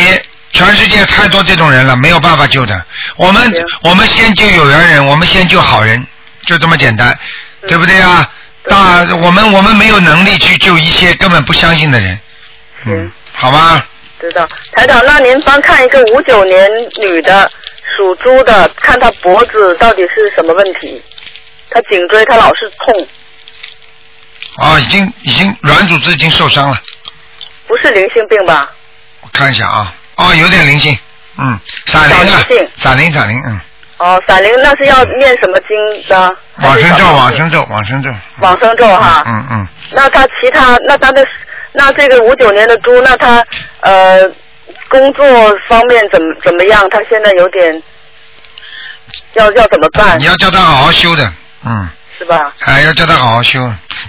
S1: 全世界太多这种人了，没有办法救的。我们
S6: 对
S1: 我们先救有缘人，我们先救好人，就这么简单，对不对啊？大我们我们没有能力去救一些根本不相信的人，嗯
S6: 嗯，
S1: 好吗？
S6: 知道，台长，那您帮看一个五九年女的，属猪的，看她脖子到底是什么问题？她颈椎她老是痛，
S1: 啊，已经已经软组织已经受伤了，
S6: 不是灵性病吧？
S1: 我看一下啊，哦，有点灵性，嗯，闪灵啊
S6: 小灵性，
S1: 闪灵闪灵，嗯，
S6: 哦，闪灵那是要念什么经呢？
S1: 往生咒
S6: 还
S1: 往
S6: 是小哦
S1: 生咒往生咒，
S6: 往生咒哈。
S1: 嗯嗯，
S6: 那她其他那她的那这个五九年的猪，那她呃工作方面怎么怎么样？她现在有点要要怎么办
S1: 嗯你要叫他好好修的，嗯。
S6: 是吧？
S1: 哎，要叫他好好修。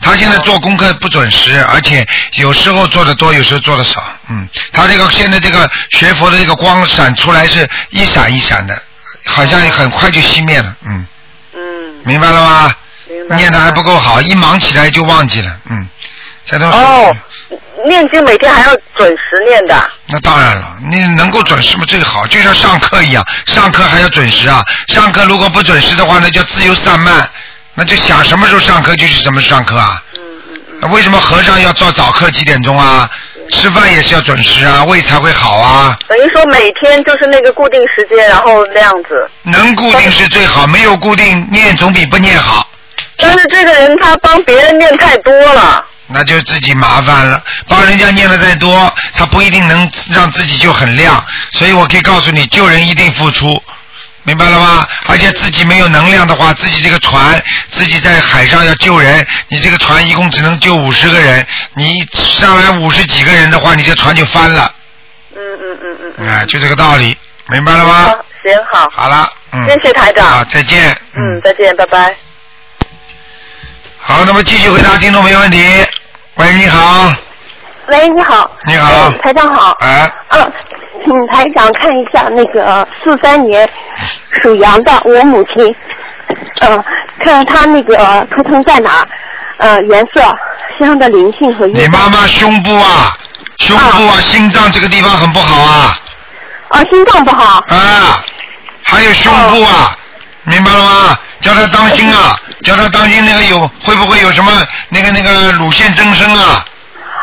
S1: 他现
S6: 哦
S1: 在做功课不准时，而且有时候做的多，有时候做的少。嗯，他这个现在这个学佛的这个光闪出来是一闪一闪的，好像很快就熄灭了。嗯，
S6: 嗯，
S1: 明白了吗？
S6: 明白。
S1: 念的还不够好，一忙起来就忘记了。嗯，这都是
S6: 哦，念经每天还要准时念的。
S1: 那当然了，你能够准时嘛最好，就像上课一样，上课还要准时啊。上课如果不准时的话，那叫自由散漫，那就想什么时候上课就去什么时候上课啊。
S6: 嗯嗯嗯，
S1: 那为什么和尚要做早课几点钟啊？吃饭也是要准时啊，胃才会好啊。
S6: 等于说每天就是那个固定时间，然后那样子。
S1: 能固定是最好，没有固定念总比不念好，
S6: 但是这个人他帮别人念太多了。
S1: 那就自己麻烦了。帮人家念的再多，他不一定能让自己就很亮。所以我可以告诉你，救人一定付出，明白了吗？而且自己没有能量的话，自己这个船，自己在海上要救人，你这个船一共只能救五十个人，你上来五十几个人的话，你这船就翻了。
S6: 嗯嗯嗯嗯嗯。
S1: 哎、就这个道理，明白了吗？
S6: 好，行好，
S1: 好了，嗯，
S6: 谢谢台
S1: 好，
S6: 长。
S1: 再见，
S6: 嗯，，再见，拜拜。
S1: 好，那么继续回答听众朋友问题。喂，你好，
S2: 喂，你好。
S1: 你好
S2: 嗯台长好。
S1: 哎，
S2: 啊，请台长看一下那个四三年属羊的我母亲，嗯、看看她那个呃图腾在哪儿，呃，颜色、身上的灵性和业
S1: 你
S2: 障
S1: 妈妈胸部啊，胸部啊，心脏这个地方很不好啊，
S2: 啊，心脏不好
S1: 啊，还有胸部啊，明白了吗？叫他当心啊，叫他当心那个有会不会有什么那个那个乳腺增生啊？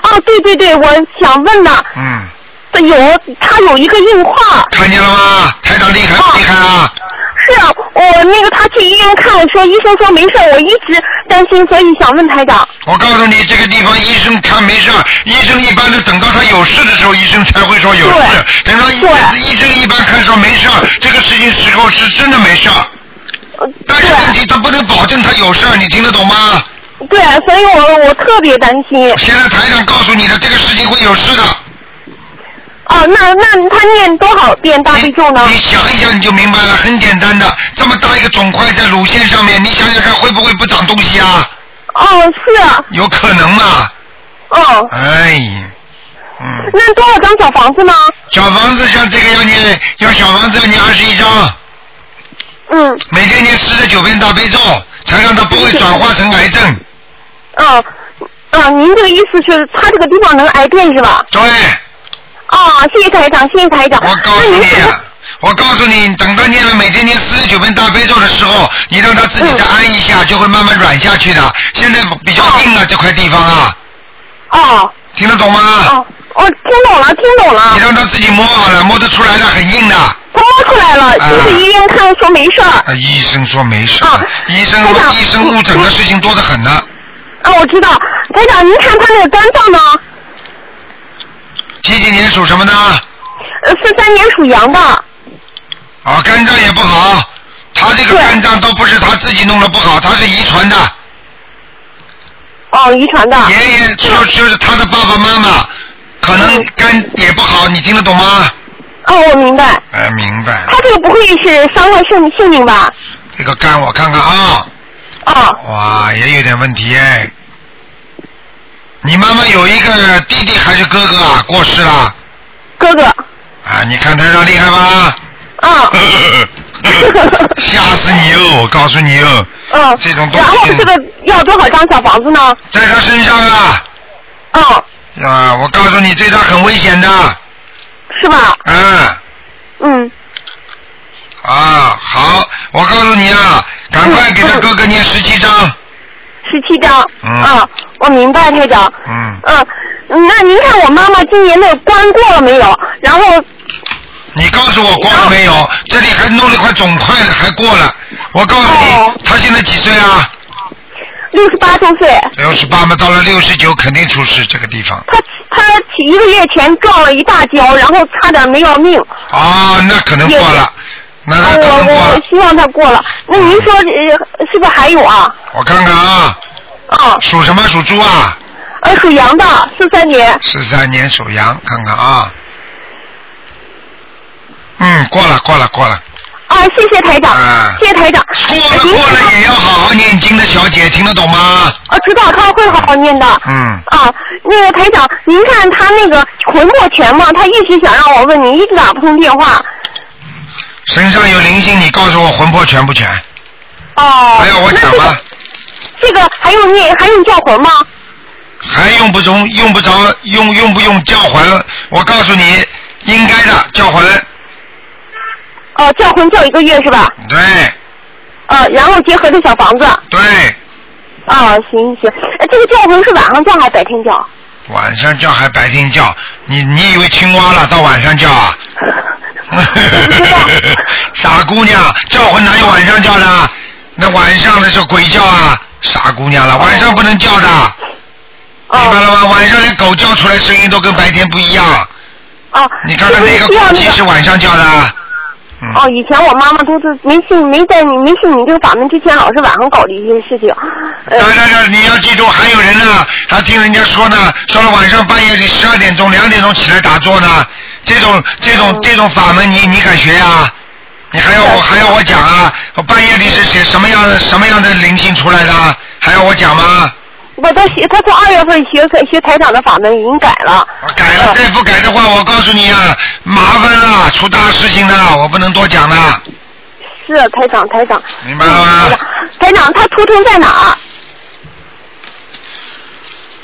S2: 啊，对对对，我想问呢，
S1: 嗯，
S2: 有他有一个硬化，
S1: 看见了吗？台长厉害不厉害啊？
S2: 是啊，我那个他去医院看，说医生说没事儿，我一直担心，所以想问台长。
S1: 我告诉你，这个地方医生看没事儿，医生一般是等到他有事的时候，医生才会说有事。等到医医生一般看说没事儿，这个事情时候是真的没事儿。但是问题他不能保证他有事儿，你听得懂吗？
S2: 对，啊所以我我特别担心。
S1: 现在台长告诉你的，这个事情会有事的。
S2: 哦，那那他念多少遍大悲咒呢？
S1: 你想一想你就明白了，很简单的，这么大一个肿块在乳腺上面，你想想看会不会不长东西啊？
S2: 哦，是啊，
S1: 有可能嘛？
S2: 哦，
S1: 哎，嗯，
S2: 那多少张小房子呢？
S1: 小房子像这个要念，要小房子要念二十一章，
S2: 嗯，
S1: 每天念四十九遍大悲咒，才让它不会转化成癌症。
S2: 哦，啊，您这个意思是他这个地方能癌变是吧？
S1: 对，
S2: 啊，谢谢台长，谢谢台长。
S1: 我告
S2: 那
S1: 诉
S2: 您
S1: 你，啊我告诉你，等到念了每天念四十九遍大悲咒的时候，你让它自己再安一下，就会慢慢软下去的。现在比较硬啊，这块地方啊，
S2: 哦
S1: 听得懂吗？
S2: 哦，我听懂了，听懂了
S1: 你，让他自己摸好了，摸得出来的，很硬的。
S2: 他摸出来了，就
S1: 啊
S2: 是医院看说没事儿。
S1: 啊，医生说没事的
S2: 啊
S1: 医生
S2: 台长
S1: 医生误诊的事情多得很呢。
S2: 啊，我知道，台长，您看他那个肝脏呢？
S1: 几几年属什么的？
S2: 呃，四三年属羊的。
S1: 啊，肝脏也不好，他这个
S2: 对
S1: 肝脏都不是他自己弄的不好，他是遗传的，
S2: 哦，遗传的。
S1: 爷爷就就是他的爸爸妈妈，可能肝也不好，你听得懂吗？
S2: 哦，我明白。
S1: 哎，明白。
S2: 他这个不会是伤害性性命吧？
S1: 这个肝我看看啊，
S2: 哦
S1: 哇，也有点问题哎。你妈妈有一个弟弟还是哥哥啊？过世了。
S2: 哥哥，
S1: 啊，你看台长厉害吧？
S2: 啊，
S1: 吓死你哦！我告诉你哦，
S2: 嗯，
S1: 这种东西
S2: 然后这个要多少张小房子呢？
S1: 在他身上啊，
S2: 哦，
S1: 啊，我告诉你，对他很危险的，
S2: 是吧？
S1: 啊
S2: 嗯，
S1: 啊，好，我告诉你啊，赶快给他哥哥念十七章，
S2: 十七张。
S1: 嗯
S2: 啊，我明白，台长。
S1: 嗯，
S2: 嗯，那您看我妈妈今年的关过了没有？然后
S1: 你告诉我过了没有？这里还弄了一块肿块呢，还过了，我告诉
S2: 哦
S1: 你，他现在几岁啊？
S2: 六十八周岁，
S1: 六十八嘛，到了六十九肯定出事，这个地方。
S2: 她她一个月前撞了一大跤，然后差点没要命。
S1: 啊，那可能过了，那
S2: 啊，
S1: 那可能过
S2: 我我
S1: 了，
S2: 希望她过了。那您说呃是不是还有啊？
S1: 我看看啊，
S2: 啊，
S1: 属什么？属猪啊？
S2: 呃，属羊的，四三年。
S1: 十三年属羊，看看啊。嗯，过了，过了，过了，
S2: 啊，谢谢台长，
S1: 啊
S2: 谢谢台长。
S1: 过了，
S2: 您
S1: 过了，也要好好念经的小姐，听得懂吗？
S2: 啊，知道他会好好念的。
S1: 嗯，
S2: 啊，那个台长，您看他那个魂魄全嘛，他一直想让我问您，一直打不通电话。
S1: 身上有灵性，你告诉我魂魄全不全？
S2: 哦，
S1: 还要哎我
S2: 那
S1: 讲
S2: 这
S1: 吗
S2: 个？这个还用念，还用叫魂吗？
S1: 还用不中，用不着，用用不用叫魂？我告诉你，应该的，叫魂。
S2: 哦，叫魂叫一个月是吧？
S1: 对
S2: 呃，然后结合这小房子。
S1: 对，
S2: 啊，行行，呃这个叫魂是晚上叫还是白天叫？
S1: 晚上叫还白天叫，你你以为青蛙了到晚上叫啊？
S2: 我不知道。
S1: 傻姑娘，叫魂哪有晚上叫的？那晚上的是鬼叫啊！傻姑娘了，晚上不能叫的，明白
S2: 哦
S1: 了吗？晚上连狗叫出来声音都跟白天不一样。
S2: 哦，
S1: 你看看哪
S2: 是不是
S1: 个
S2: 需要
S1: 公鸡
S2: 那
S1: 是晚上叫的？嗯。
S2: 哦，以前我妈妈都是没信，没在你没信你这个法门之前，老是晚上搞的一些事情。呃
S1: 对，对对，你要记住，还有人呢，他听人家说呢，说了晚上半夜里十二点钟、两点钟起来打坐呢，这种这
S2: 哦
S1: 种这种法门你，你敢学呀、你还要我还要我讲啊？我半夜里是写什么样的什么样的灵性出来的啊？还要我讲吗？
S2: 我他学，他从二月份学学台长的法门已经改了。
S1: 我改了，再不改的话，我告诉你啊，麻烦了，出大事情了，我不能多讲了，
S2: 是台长，台长。
S1: 明白了
S2: 嗯
S1: 吗？
S2: 台长，他图腾在哪儿？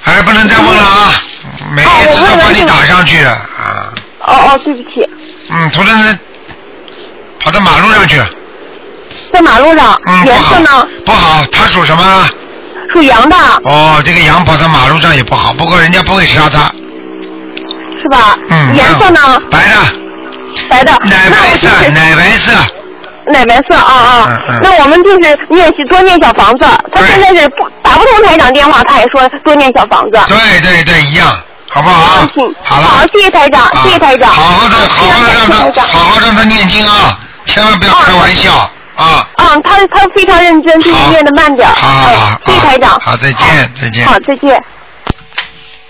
S1: 还哎不能再问了啊！
S8: 嗯
S1: 每一次都把你打上去啊，
S2: 哦哦，对不起。
S1: 嗯，头疼的跑到马路上去了。
S8: 在马路上，
S1: 啊嗯，不
S8: 颜色
S1: 好
S8: 呢，
S1: 不好，他属什么？啊
S8: 属羊的，
S1: 哦，这个羊跑到马路上也不好，不过人家不会杀它。
S8: 是吧？
S1: 嗯，
S8: 颜色呢，
S1: 白的，
S8: 白的。
S1: 奶
S8: 那
S1: 白
S8: 我就
S1: 色，
S8: 是
S1: 奶白色，
S8: 奶白色啊啊。
S1: 嗯嗯
S8: 那我们就是念习多念小房子。他
S1: 对
S8: 现在是不打不通台长电话，他也说多念小房子。
S1: 对对对，一样，好不好
S8: 相信？
S1: 好了，
S8: 好，谢谢台长，
S1: 啊
S8: 谢谢台长。啊
S1: 好好的，好好
S8: 非常
S1: 的
S8: 感
S1: 让
S8: 谢
S1: 他，
S8: 台
S1: 好
S8: 长。
S1: 好让他念经啊，千万不要开玩笑啊。
S8: 嗯，他他非常认真，就是嗯
S1: 好
S8: 念的慢点儿。
S1: 好好好
S8: 嗯，谢谢台长。
S1: 好，再见，再见。
S8: 好，再见。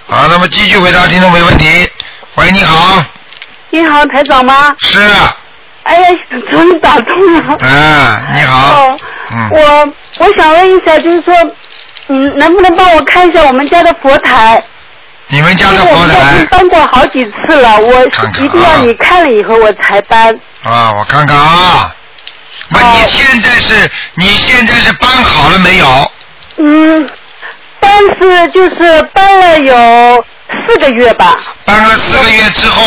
S1: 好，那么继续回答听众没问题。喂，你好，
S2: 你好，台长吗？
S1: 是，
S2: 哎呀，终于打通了。
S1: 啊，你好
S2: 哦，
S1: 嗯，
S2: 我我想问一下，就是说，嗯，能不能帮我看一下我们家的佛台？
S1: 你们家的
S2: 因为我
S1: 佛
S2: 们家已
S1: 台
S2: 经搬过好几次了，我
S1: 看看啊
S2: 一定要你看了以后我才搬。
S1: 啊，我看看啊，不，你
S2: 哦
S1: 现在是你现在是搬好了没有？
S2: 嗯，但是就是搬了有四个月吧。
S1: 搬了四个月之后，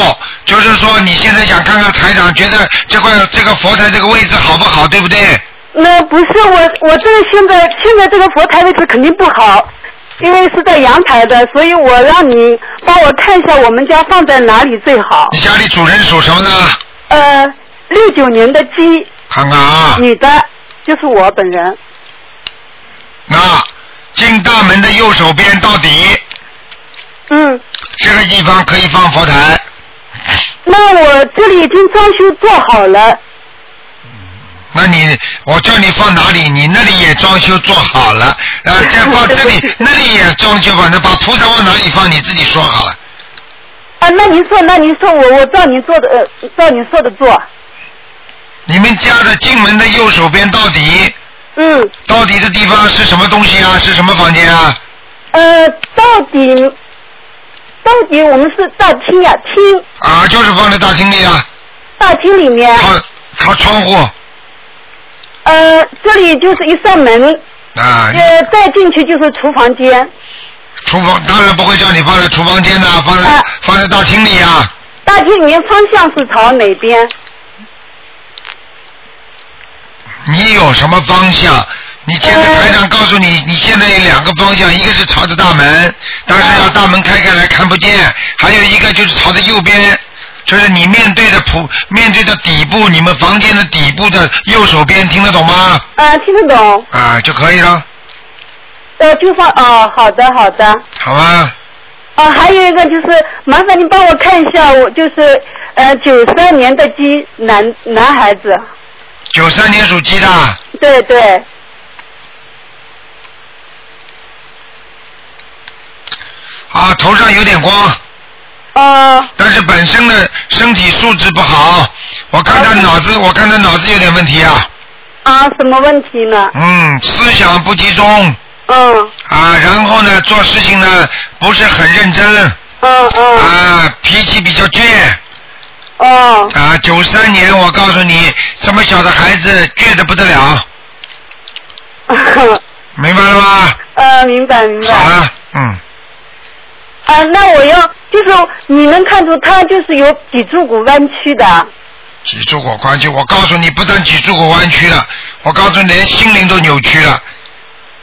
S1: 就是说你现在想看看台长，觉得这块这个佛台这个位置好不好，对不对？
S2: 那不是我，我这个现在现在这个佛台位置肯定不好，因为是在阳台的，所以我让你帮我看一下我们家放在哪里最好。
S1: 你家里主人属什么呢？
S2: 呃，六九年的鸡，
S1: 看看啊，
S2: 女的，就是我本 人。
S1: 那进大门的右手边到底
S2: 嗯，
S1: 这个地方可以放佛台。
S2: 那我这里已经装修做好了，
S1: 那你，我叫你放哪里？你那里也装修做好了，然后再放这里，那里也装修好，那把菩萨往哪里放，你自己说好了。
S2: 啊，那您说，那您说我我照你做的，呃，照你说的做。
S1: 你们家的进门的右手边到底，
S2: 嗯，
S1: 到底的地方是什么东西啊？是什么房间啊？
S2: 呃，到底，到底我们是大厅呀、厅
S1: 啊，就是放在大厅里啊，
S2: 大厅里面，
S1: 靠靠窗户
S2: 呃，这里就是一扇门，
S1: 啊，
S2: 呃，再进去就是厨房间，
S1: 厨房当然不会叫你放在厨房间的、放在、
S2: 啊
S1: 放在大厅里啊。
S2: 大厅里面方向是朝哪边？
S1: 你有什么方向？你现在台长告诉你，你现在有两个方向，一个是朝着大门，但是要大门开开来看不见；还有一个就是朝着右边，就是你面对的普面对的底部，你们房间的底部的右手边，听得懂吗？
S2: 啊，听得懂？
S1: 啊，就可以了，
S2: 呃，就放哦，好的，好的。
S1: 好吧？
S2: 哦，还有一个就是，麻烦你帮我看一下，我就是呃九三年的鸡男男孩子，
S1: 九三年属鸡的，
S2: 对对，
S1: 啊，头上有点光，
S2: 哦
S1: 但是本身的身体素质不好，我看他脑子，我看他脑子有点问题啊，
S2: 啊，什么问题呢？
S1: 嗯，思想不集中。
S2: 嗯
S1: 啊，然后呢，做事情呢不是很认真，
S2: 嗯嗯
S1: 啊，脾气比较倔，
S2: 哦
S1: 啊，九三年我告诉你，这么小的孩子倔得不得了，明白了吗？
S2: 呃，明白明白。
S1: 好了，嗯，
S2: 啊，那我要就是你能看出他就是有脊柱骨弯曲的，
S1: 脊柱骨弯曲，我告诉你，不但脊柱骨弯曲了，我告诉你，连心灵都扭曲了。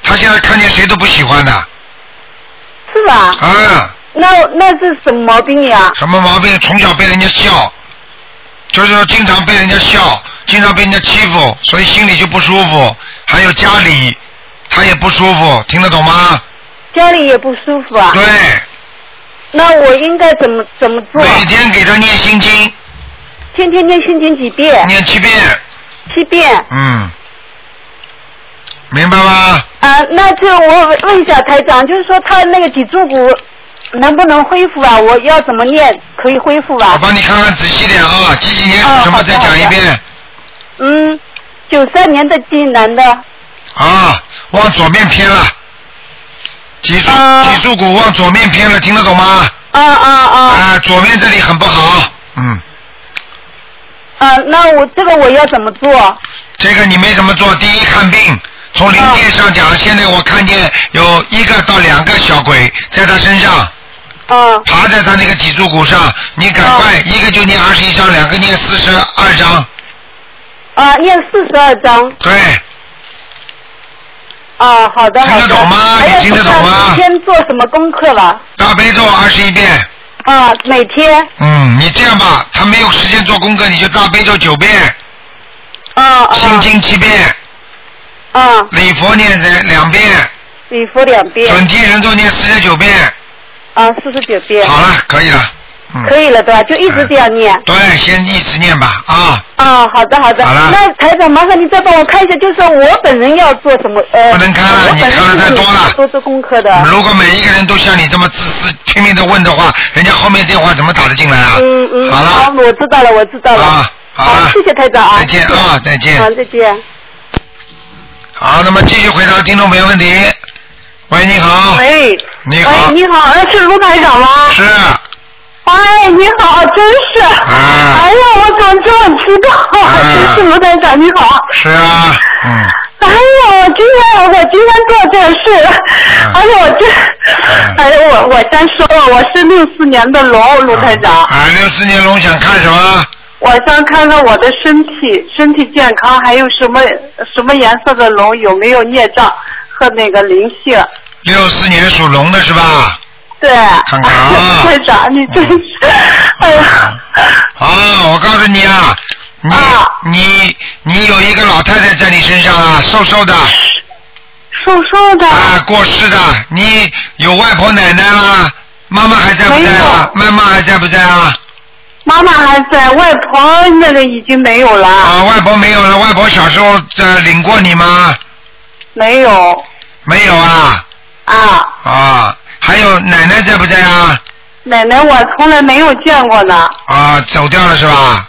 S1: 他现在看见谁都不喜欢的，
S2: 是吧？
S1: 啊，
S2: 那那是什么毛病呀？
S1: 什么毛病？从小被人家笑，就是说经常被人家笑，经常被人家欺负，所以心里就不舒服。还有家里，他也不舒服，听得懂吗？
S2: 家里也不舒服啊。
S1: 对，
S2: 那我应该怎么怎么做？
S1: 每天给他念心经，
S2: 天天念心经几遍？
S1: 念七遍，
S2: 七遍。
S1: 嗯，明白吗？
S2: 啊，那就我问一下台长，就是说他那个脊柱骨能不能恢复啊？我要怎么念可以恢复
S1: 我
S2: 啊？
S1: 帮你看看仔细点啊，几几年属什么
S2: 哦好的
S1: 再讲一遍
S2: 嗯，九三年的鸡男的，
S1: 啊，往左面偏了，脊柱
S2: 哦
S1: 脊柱骨往左面偏了，听得懂吗？
S2: 啊啊啊
S1: 啊，左面这里很不好，嗯。
S2: 啊！那我这个我要怎么做？
S1: 这个你没怎么做，第一看病，
S9: 哦
S1: 从零件上讲，现在我看见有一个到两个小鬼在他身上
S2: 啊
S1: 爬在他那个脊柱
S9: 哦
S1: 骨上，你赶快、一个就念二十一章，两个念四十二章，
S2: 啊
S9: 呃，念四十二章。
S1: 对，
S9: 啊，好的，好的。
S1: 听得懂吗
S9: 还有
S1: 你听得懂吗
S9: 每天做什么功课了？
S1: 大悲咒二十一遍。
S9: 啊，每天。
S1: 嗯，你这样吧，他没有时间做功课，你就大悲咒九遍，
S9: 啊啊
S1: 心经七遍，
S9: 啊！
S1: 礼佛念两两遍，
S9: 礼佛两遍。
S1: 准提人咒念四十九遍。
S9: 啊，四十九遍。
S1: 好了，可以了。嗯，
S9: 可以了，对吧？就一直这样念。
S1: 对，先一直念吧啊，
S9: 啊，好的好的。
S1: 好了
S9: 那台长，麻烦你再帮我看一下，就是我本人要做什么？呃，
S1: 不能看了
S9: 我
S1: 你
S9: 本人
S1: 看了太
S9: 是
S1: 多了
S9: 多做功课的。
S1: 如果每一个人都像你这么自私、拼命的问的话，人家后面电话怎么打得进来啊？
S9: 嗯嗯。
S1: 好了
S9: 我知道了，我知道了。
S1: 啊，好了，
S9: 谢谢台长啊。
S1: 再见啊，再
S9: 谢谢好，
S1: 见。
S9: 再见。
S1: 好，那么继续回答听众朋友问题。喂，你好，
S6: 喂，
S1: 你好
S6: 喂，，你好，呃是卢台长吗？
S1: 是
S6: 哎，你好，真是，
S1: 啊，
S6: 哎呀，我感觉很 激动，
S1: 嗯
S6: 真是卢台长，你好。
S1: 是啊，嗯，
S6: 哎呀，我今天我今天做这个事，
S1: 嗯
S6: 哎呀，我这，哎呀，我我先说了，我是六四年的龙，卢台长，
S1: 啊，六四年龙想看什么？
S6: 我想看看我的身体身体健康，还有什么什么颜色的龙有没有孽障和那个灵性。
S1: 六四年属龙的是吧？
S6: 对，
S1: 看看 啊嗯
S6: 会长，你真是，哎呀，
S1: 啊，我告诉你啊，你
S6: 啊
S1: 你你有一个老太太在你身上啊，瘦瘦的
S6: 瘦瘦的，
S1: 啊，过世的，你有外婆奶奶啦，妈妈还在不在啊？妈妈还在不在啊？
S6: 妈妈还在，外婆那个已经没有了，
S1: 啊，外婆没有了，外婆小时候呃领过你吗？
S6: 没有
S1: 没有啊，
S6: 啊，
S1: 啊，还有奶奶在不在啊？
S6: 奶奶我从来没有见过呢，
S1: 啊，走掉了是吧？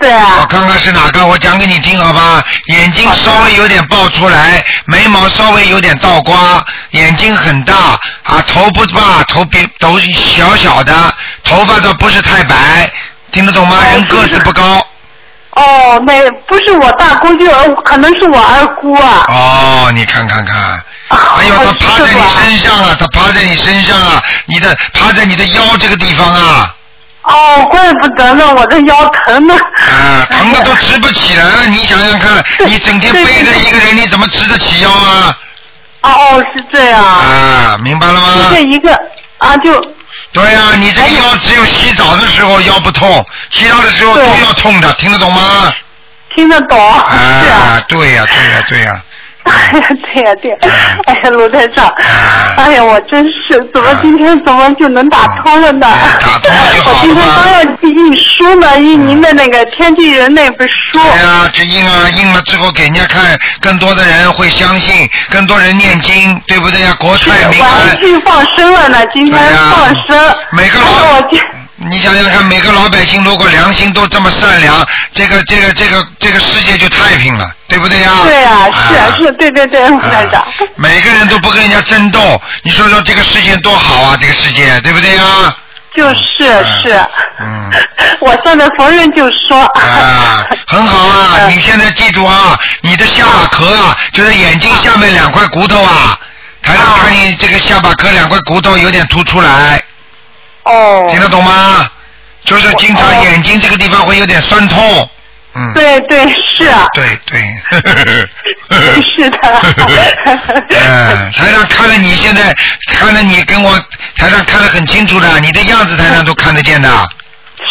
S6: 对
S1: 我
S6: 啊，
S1: 看看是哪个，我讲给你听好吧。眼睛稍微有点爆出来，眉毛稍微有点倒刮，眼睛很大啊，头不大，头比头小小的，头发倒不是太白，听得懂吗？
S6: 哎
S1: 人个子不高。啊
S6: 哦，那不是我大姑舅，可能是我二姑啊，
S1: 哦，你看看看。
S6: 啊
S2: 哦
S1: 哎呦，他趴在
S6: 是
S1: 你
S6: 吧
S1: 身上啊，他趴在你身上啊，你的趴在你的腰这个地方啊，
S6: 哦，怪不得呢，我这腰疼呢，
S1: 啊，疼的都直不起来了。你想想看，你整天背着一个人，你怎么直得起腰啊？
S6: 哦，是这样，
S1: 啊，明白了吗？
S6: 这一个啊就
S1: 对呀、
S6: 哎
S1: 你这个腰只有洗澡的时候腰不痛，其他的时候都
S6: 对
S1: 要痛的，听得懂吗？
S6: 听得懂，是啊。
S1: 啊，对呀、对呀、对呀、啊
S6: 哎呀，对呀、对呀、
S1: 嗯
S6: 哎呀，卢台长， 哎呀，我真是怎么今天怎么就能打通了呢？
S1: 嗯打通了就好了嘛
S6: 我今天刚要去印书呢，印您的那个《天地人》那本书。
S1: 对呀、这印啊印了之后给人家看，更多的人会相信，更多人念经，对不对呀、国
S6: 是
S1: 泰民
S6: 我还
S1: 安。
S6: 去放生了呢，今天
S1: 对呀
S6: 放生。
S1: 每个
S6: 哎呀
S1: 老
S6: 我今
S1: 你想想看，每个老百姓如果良心都这么善良，这个这个这个这个世界就太平了，对不对呀、
S6: 对呀、是啊
S1: 啊
S6: 是，对对对，卢台长
S1: 啊。每个人都不跟人家争斗，你说说这个世界多好啊，这个世界对不对呀、
S6: 就是
S1: 嗯
S6: 是，啊
S1: 嗯，
S6: 我现在逢人就说。嗯
S1: 啊，很好 啊！你现在记住啊，你的下巴壳啊，就是眼睛下面两块骨头啊，台上看你这个下巴壳两块骨头有点凸出来，
S6: 哦。
S1: 听得懂吗？就是经常眼睛这个地方会有点酸痛，嗯，
S6: 对对是啊。
S1: 对对，
S6: 是的
S1: 嗯，台上看了你现在看了你跟我台上看得很清楚的，你的样子台上都看得见的。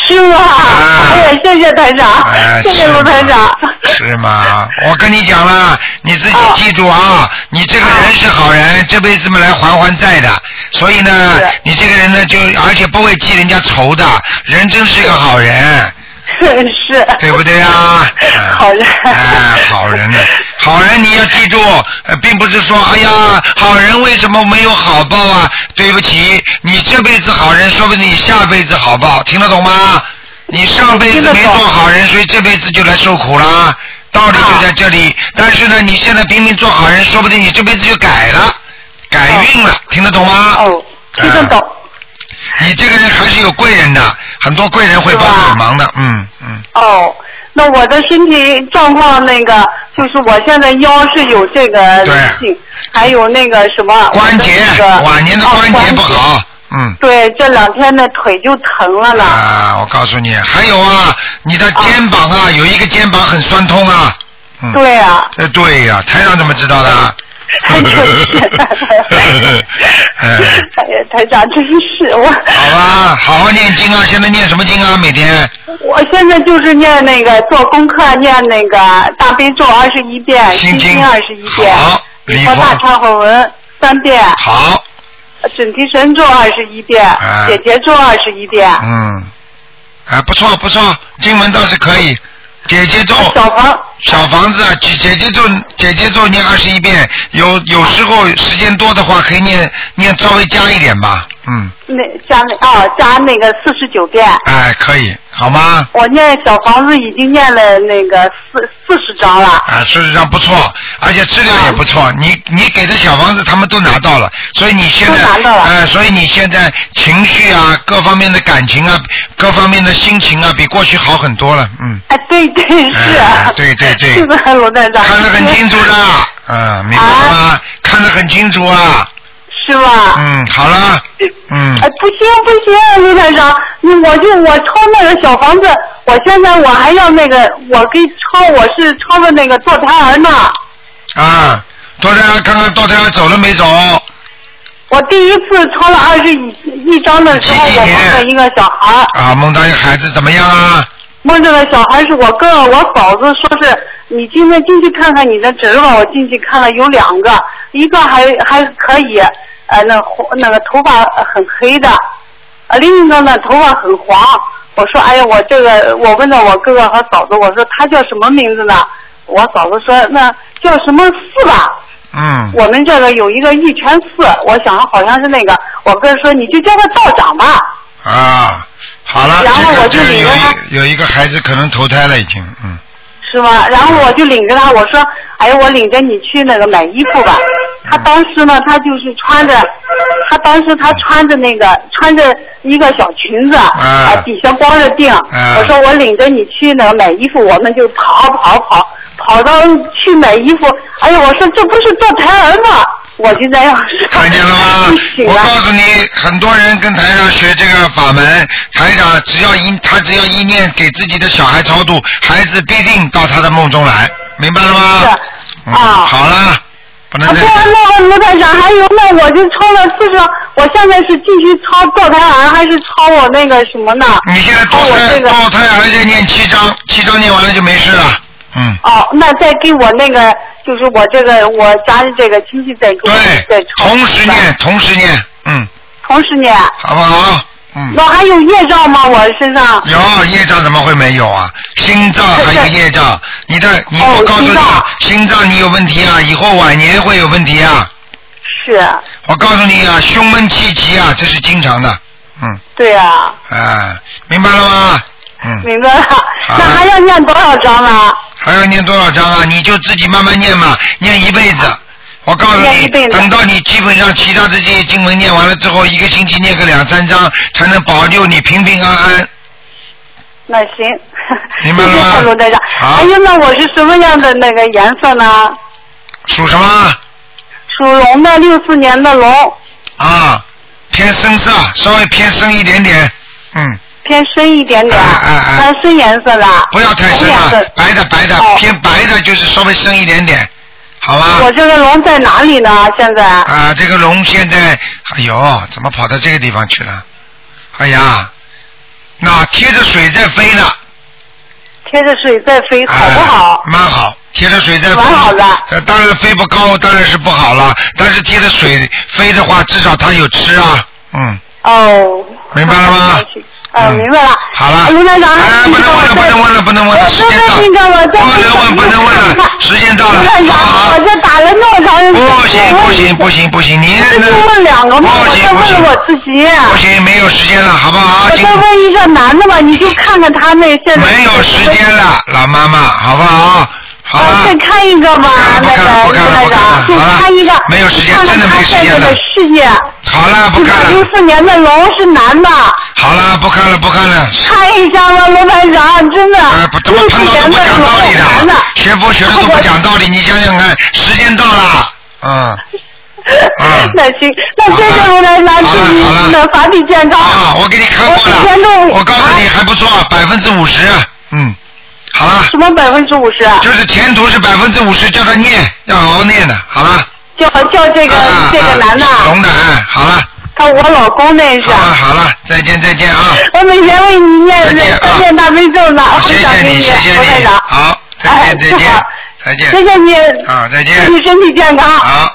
S6: 是吗？
S1: 啊
S6: 哎呀，谢谢台长，
S1: 哎
S6: 谢谢
S1: 是
S6: 卢台
S1: 吗
S6: 长。
S1: 是吗？我跟你讲了，你自己
S6: 哦
S1: 记住啊，你这个人是好人，这辈子嘛来还还债的。所以呢
S6: 是，
S1: 你这个人呢，就而且不会记人家仇的，人真是个好人，
S6: 是 是。
S1: 对不对啊？嗯
S6: 好人
S1: 哎，好人呢，好人你要记住，呃并不是说哎呀，好人为什么没有好报啊？对不起，你这辈子好人，说不定你下辈子好报，听得懂吗？你上辈子没做好
S6: 嗯
S1: 人，所以这辈子就来受苦啦。道理就在这
S6: 啊
S1: 里，但是呢，你现在拼命做好人，说不定你这辈子就改了，改运了，听得懂吗？
S6: 哦，听得懂。
S1: 你这个人还是有贵人的，很多贵人会帮
S6: 是吧
S1: 你忙的，嗯嗯。
S6: 哦，那我的身体状况那个，就是我现在腰是有这个
S1: 对
S6: 灵性，还有那个什么
S1: 关节
S6: 我的那，个
S1: 晚年的
S6: 哦
S1: 关节不好，嗯
S6: 对，这两天的腿就疼了呢。
S1: 啊，我告诉你，还有啊，你的肩膀啊，有一个肩膀很酸痛啊。嗯。
S6: 对啊。
S1: 呃，对呀、台长怎么知道的啊？ 哎
S6: 哎呀，台长，真是我，
S1: 好吧，好好念经啊！现在念什么经啊？每天
S6: 我现在就是念那个做功课，念那个大悲咒二十一遍，
S1: 哎
S6: 心经二十一遍，
S1: 好，礼
S6: 和大
S1: 佛
S6: 忏悔文三遍，
S1: 好，
S6: 准提神咒二十一遍，
S1: 啊
S6: 解结咒二十一遍，
S1: 嗯，啊，不错不错，经文倒是可以。姐姐咒，
S6: 小房
S1: 小房子啊，姐姐姐咒，姐姐咒念二十一遍，有有时候时间多的话，可以念念稍微加一点吧，嗯，
S6: 那加那哦加那个四十九遍。
S1: 哎，可以，好吗？
S6: 我念小房子已经念了那个四四十章了，
S1: 啊，事实上不错，而且质量也不错。你你给的小房子他们都拿到了，所以你现在
S6: 都拿到了
S1: 哎、所以你现在情绪啊，各方面的感情啊，各方面的心情啊，比过去好很多了。嗯，
S6: 哎，对对是
S1: 哎
S6: 啊，
S1: 对对对
S6: 是的，罗站长，
S1: 看得很清楚的，嗯，明白了吗？
S6: 啊
S1: 看得很清楚啊。
S6: 是吧？
S1: 嗯，好了，嗯
S6: 哎，，不行不行，卢先生，你我就我抄那个小房子，我现在我还要那个，我给抄，我是抄的那个堕胎儿呢。
S1: 啊，多胎儿看看多胎儿走了没走？
S6: 我第一次抄了二十一一章的时候，
S1: 几几
S6: 我
S1: 年
S6: 梦到一个小孩儿，
S1: 啊，梦到一个孩子怎么样啊？
S6: 梦到的小孩是我跟我嫂子说是，你今天进去看看你的侄儿吧。我进去看了有两个，一个还还可以，呃，那红那个头发很黑的，呃，另一个呢头发很黄。我说，哎呀，我这个，我问了我哥哥和嫂子，我说他叫什么名字呢？我嫂子说，那叫什么四吧？
S1: 嗯，
S6: 我们这个有一个玉泉寺，我想好像是那个。我哥说，你就叫他道长吧。
S1: 啊，好了，
S6: 然后
S1: 这个
S6: 我
S1: 这
S6: 就
S1: 个
S6: 以
S1: 有
S6: 为他
S1: 一有一个孩子可能投胎了，已经，嗯，
S6: 是吗？然后我就领着他，我说，哎，我领着你去那个买衣服吧。他当时呢，他就是穿着，他当时他穿着那个穿着一个小裙子，
S1: 啊
S6: 呃底下光着腚。
S1: 啊
S6: 我说我领着你去那个买衣服，我们就跑跑跑，跑到去买衣服。哎呀，我说这不是赵台儿吗？我就在要
S1: 看见了 吗
S6: 就？醒
S1: 我
S6: 了。
S1: 告诉你，很多人跟台长学这个法门，台长只要一他只要一念给自己的小孩超度，孩子必定到他的梦中来，明白了吗？
S6: 是
S1: 嗯、
S6: 啊
S1: 好了，不能
S6: 啊，
S1: 再
S6: 对啊，那个卢台长，还有那我就抄了四十，我现在是继续抄赵台儿，还是抄我那个什么呢？
S1: 你现在堕
S6: 哦抄我
S1: 胎
S6: 这个
S1: 堕胎还在念七章，七章念完了就没事了。嗯，
S6: 哦，那再给我那个，就是我这个我家里这个亲戚再给我再
S1: 对，
S6: 抄，
S1: 同时念，同时念，嗯，
S6: 同时念，
S1: 好不好？嗯
S6: 我，还有业障吗？我身上
S1: 有业障怎么会没有啊？心脏还有业障，你的你
S6: 哦
S1: 我告诉
S6: 心
S1: 你
S6: 脏，
S1: 心脏你有问题啊，以后晚年会有问题啊。
S6: 是，
S1: 我告诉你啊，胸闷气急啊，这是经常的，嗯，
S6: 对啊，
S1: 啊，明白了吗？嗯，
S6: 明白了。那还要念多少章啊？
S1: 还要念多少章啊？你就自己慢慢念嘛，念一辈子。我告诉
S6: 念
S1: 你，
S6: 一辈子
S1: 等到你基本上其他的这些经文念完了之后，一个星期念个两三章，才能保佑你平平安安。
S6: 那行，
S1: 明白了
S6: 谢谢卢台长。
S1: 好
S6: 还有那我是什么样的那个颜色呢？
S1: 属什么？
S6: 属龙的，六四年的龙，
S1: 啊，偏深色，稍微偏深一点点。嗯，
S6: 偏深一点点，
S1: 哎哎哎
S6: 呃深颜色的，
S1: 不要太深啊
S6: 红颜
S1: 了
S6: 色，。
S1: 白的白的
S6: 哦，
S1: 偏白的就是稍微深一点点，好吧？
S6: 我这个龙在哪里呢？现在
S1: 啊，这个龙现在，哎呦，怎么跑到这个地方去了？哎呀，那贴着水在飞呢，
S6: 贴着水在飞，好不
S1: 哎
S6: 好？
S1: 蛮好，贴着水在飞。
S6: 蛮好的
S1: 呃当然飞不高，当然是不好了。但是贴着水飞的话，至少它有吃啊。嗯，
S6: 哦，
S1: 明白了吗？
S6: 哦，
S1: 嗯
S6: 明白了。
S1: 好了。
S6: 哎卢台长，
S1: 哎，不能问了，不能问了，不能问了，时间到。
S6: 我再问一个
S1: 不
S6: 我再
S1: 能问，不能问
S6: 问一个
S1: 了，时间到了
S6: 卢。台
S1: 好
S6: 长，
S1: 好
S6: 我这打了那么长时间，
S1: 啊不行
S6: 我
S1: 不行不行不行，你
S6: 我就问两个嘛，
S1: 不
S6: 我
S1: 行
S6: 再
S1: 不
S6: 问
S1: 行
S6: 了我自己。
S1: 不行，没有时间了，好不好？
S6: 我
S1: 今
S6: 再问一个男的吧，你就看看他那现在
S1: 没有时间了，老妈妈，好不好？好
S6: 啊，
S1: 了
S6: 再，看一个吧，
S1: 啊不
S6: 那
S1: 看了
S6: 个
S1: 不看了不
S6: 那个
S1: 看了，
S6: 就
S1: 好了
S6: 看一个，
S1: 没有时间
S6: 看
S1: 真
S6: 看
S1: 的没时间
S6: 他现在
S1: 了
S6: 的事业，
S1: 好了，不看
S6: 六
S1: 了，
S6: 四年的龙是男的，
S1: 好了，不看了，不看了。
S6: 看一下吧，罗班长，真的
S1: 哎，不，，怎么
S6: 六四
S1: 碰到都
S6: 年
S1: 不
S6: 的
S1: 讲道
S6: 龙
S1: 理
S6: 是男
S1: 的啊
S6: 的，
S1: 学佛学的都不讲道理，你想想看，时间到了，嗯，啊
S6: 那行，那谢谢卢台长，祝您的法体健康。
S1: 啊，我给你看过了，我告诉你还不错，百分之五十，嗯，好了，
S6: 啊什么百分之五十啊？
S1: 就是前途是百分之五十，叫他念，要好好念的，好了，啊
S6: 叫叫这个这个男的啊，
S1: 懂的，哎，好了，
S6: 他我老公那是啊。
S1: 啊，好了，再见，再见啊，
S6: 我每天为您念三遍大悲咒呢，
S1: 谢
S6: 分享
S1: 谢
S6: 给
S1: 你，
S6: 你，
S1: 谢谢
S6: 罗台
S1: 你，
S6: 长。
S1: 好，再
S6: 哎
S1: 见，再
S6: 正
S1: 见
S6: 好，
S1: 再见，
S6: 谢谢你，
S1: 啊，再见，
S6: 祝你身体健康。
S1: 好。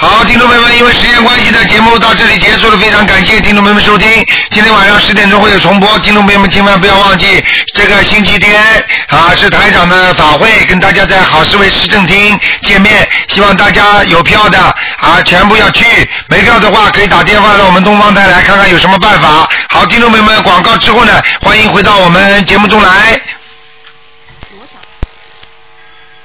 S1: 好，听众朋友们，因为时间关系呢，节目到这里结束了。非常感谢听众朋友们收听，今天晚上十点钟会有重播，听众朋友们千万不要忘记，这个星期天啊是台长的法会，跟大家在好市委市政厅见面。希望大家有票的啊全部要去，没票的话可以打电话到我们东方台来看看有什么办法。好，听众朋友们，广告之后呢，欢迎回到我们节目中来。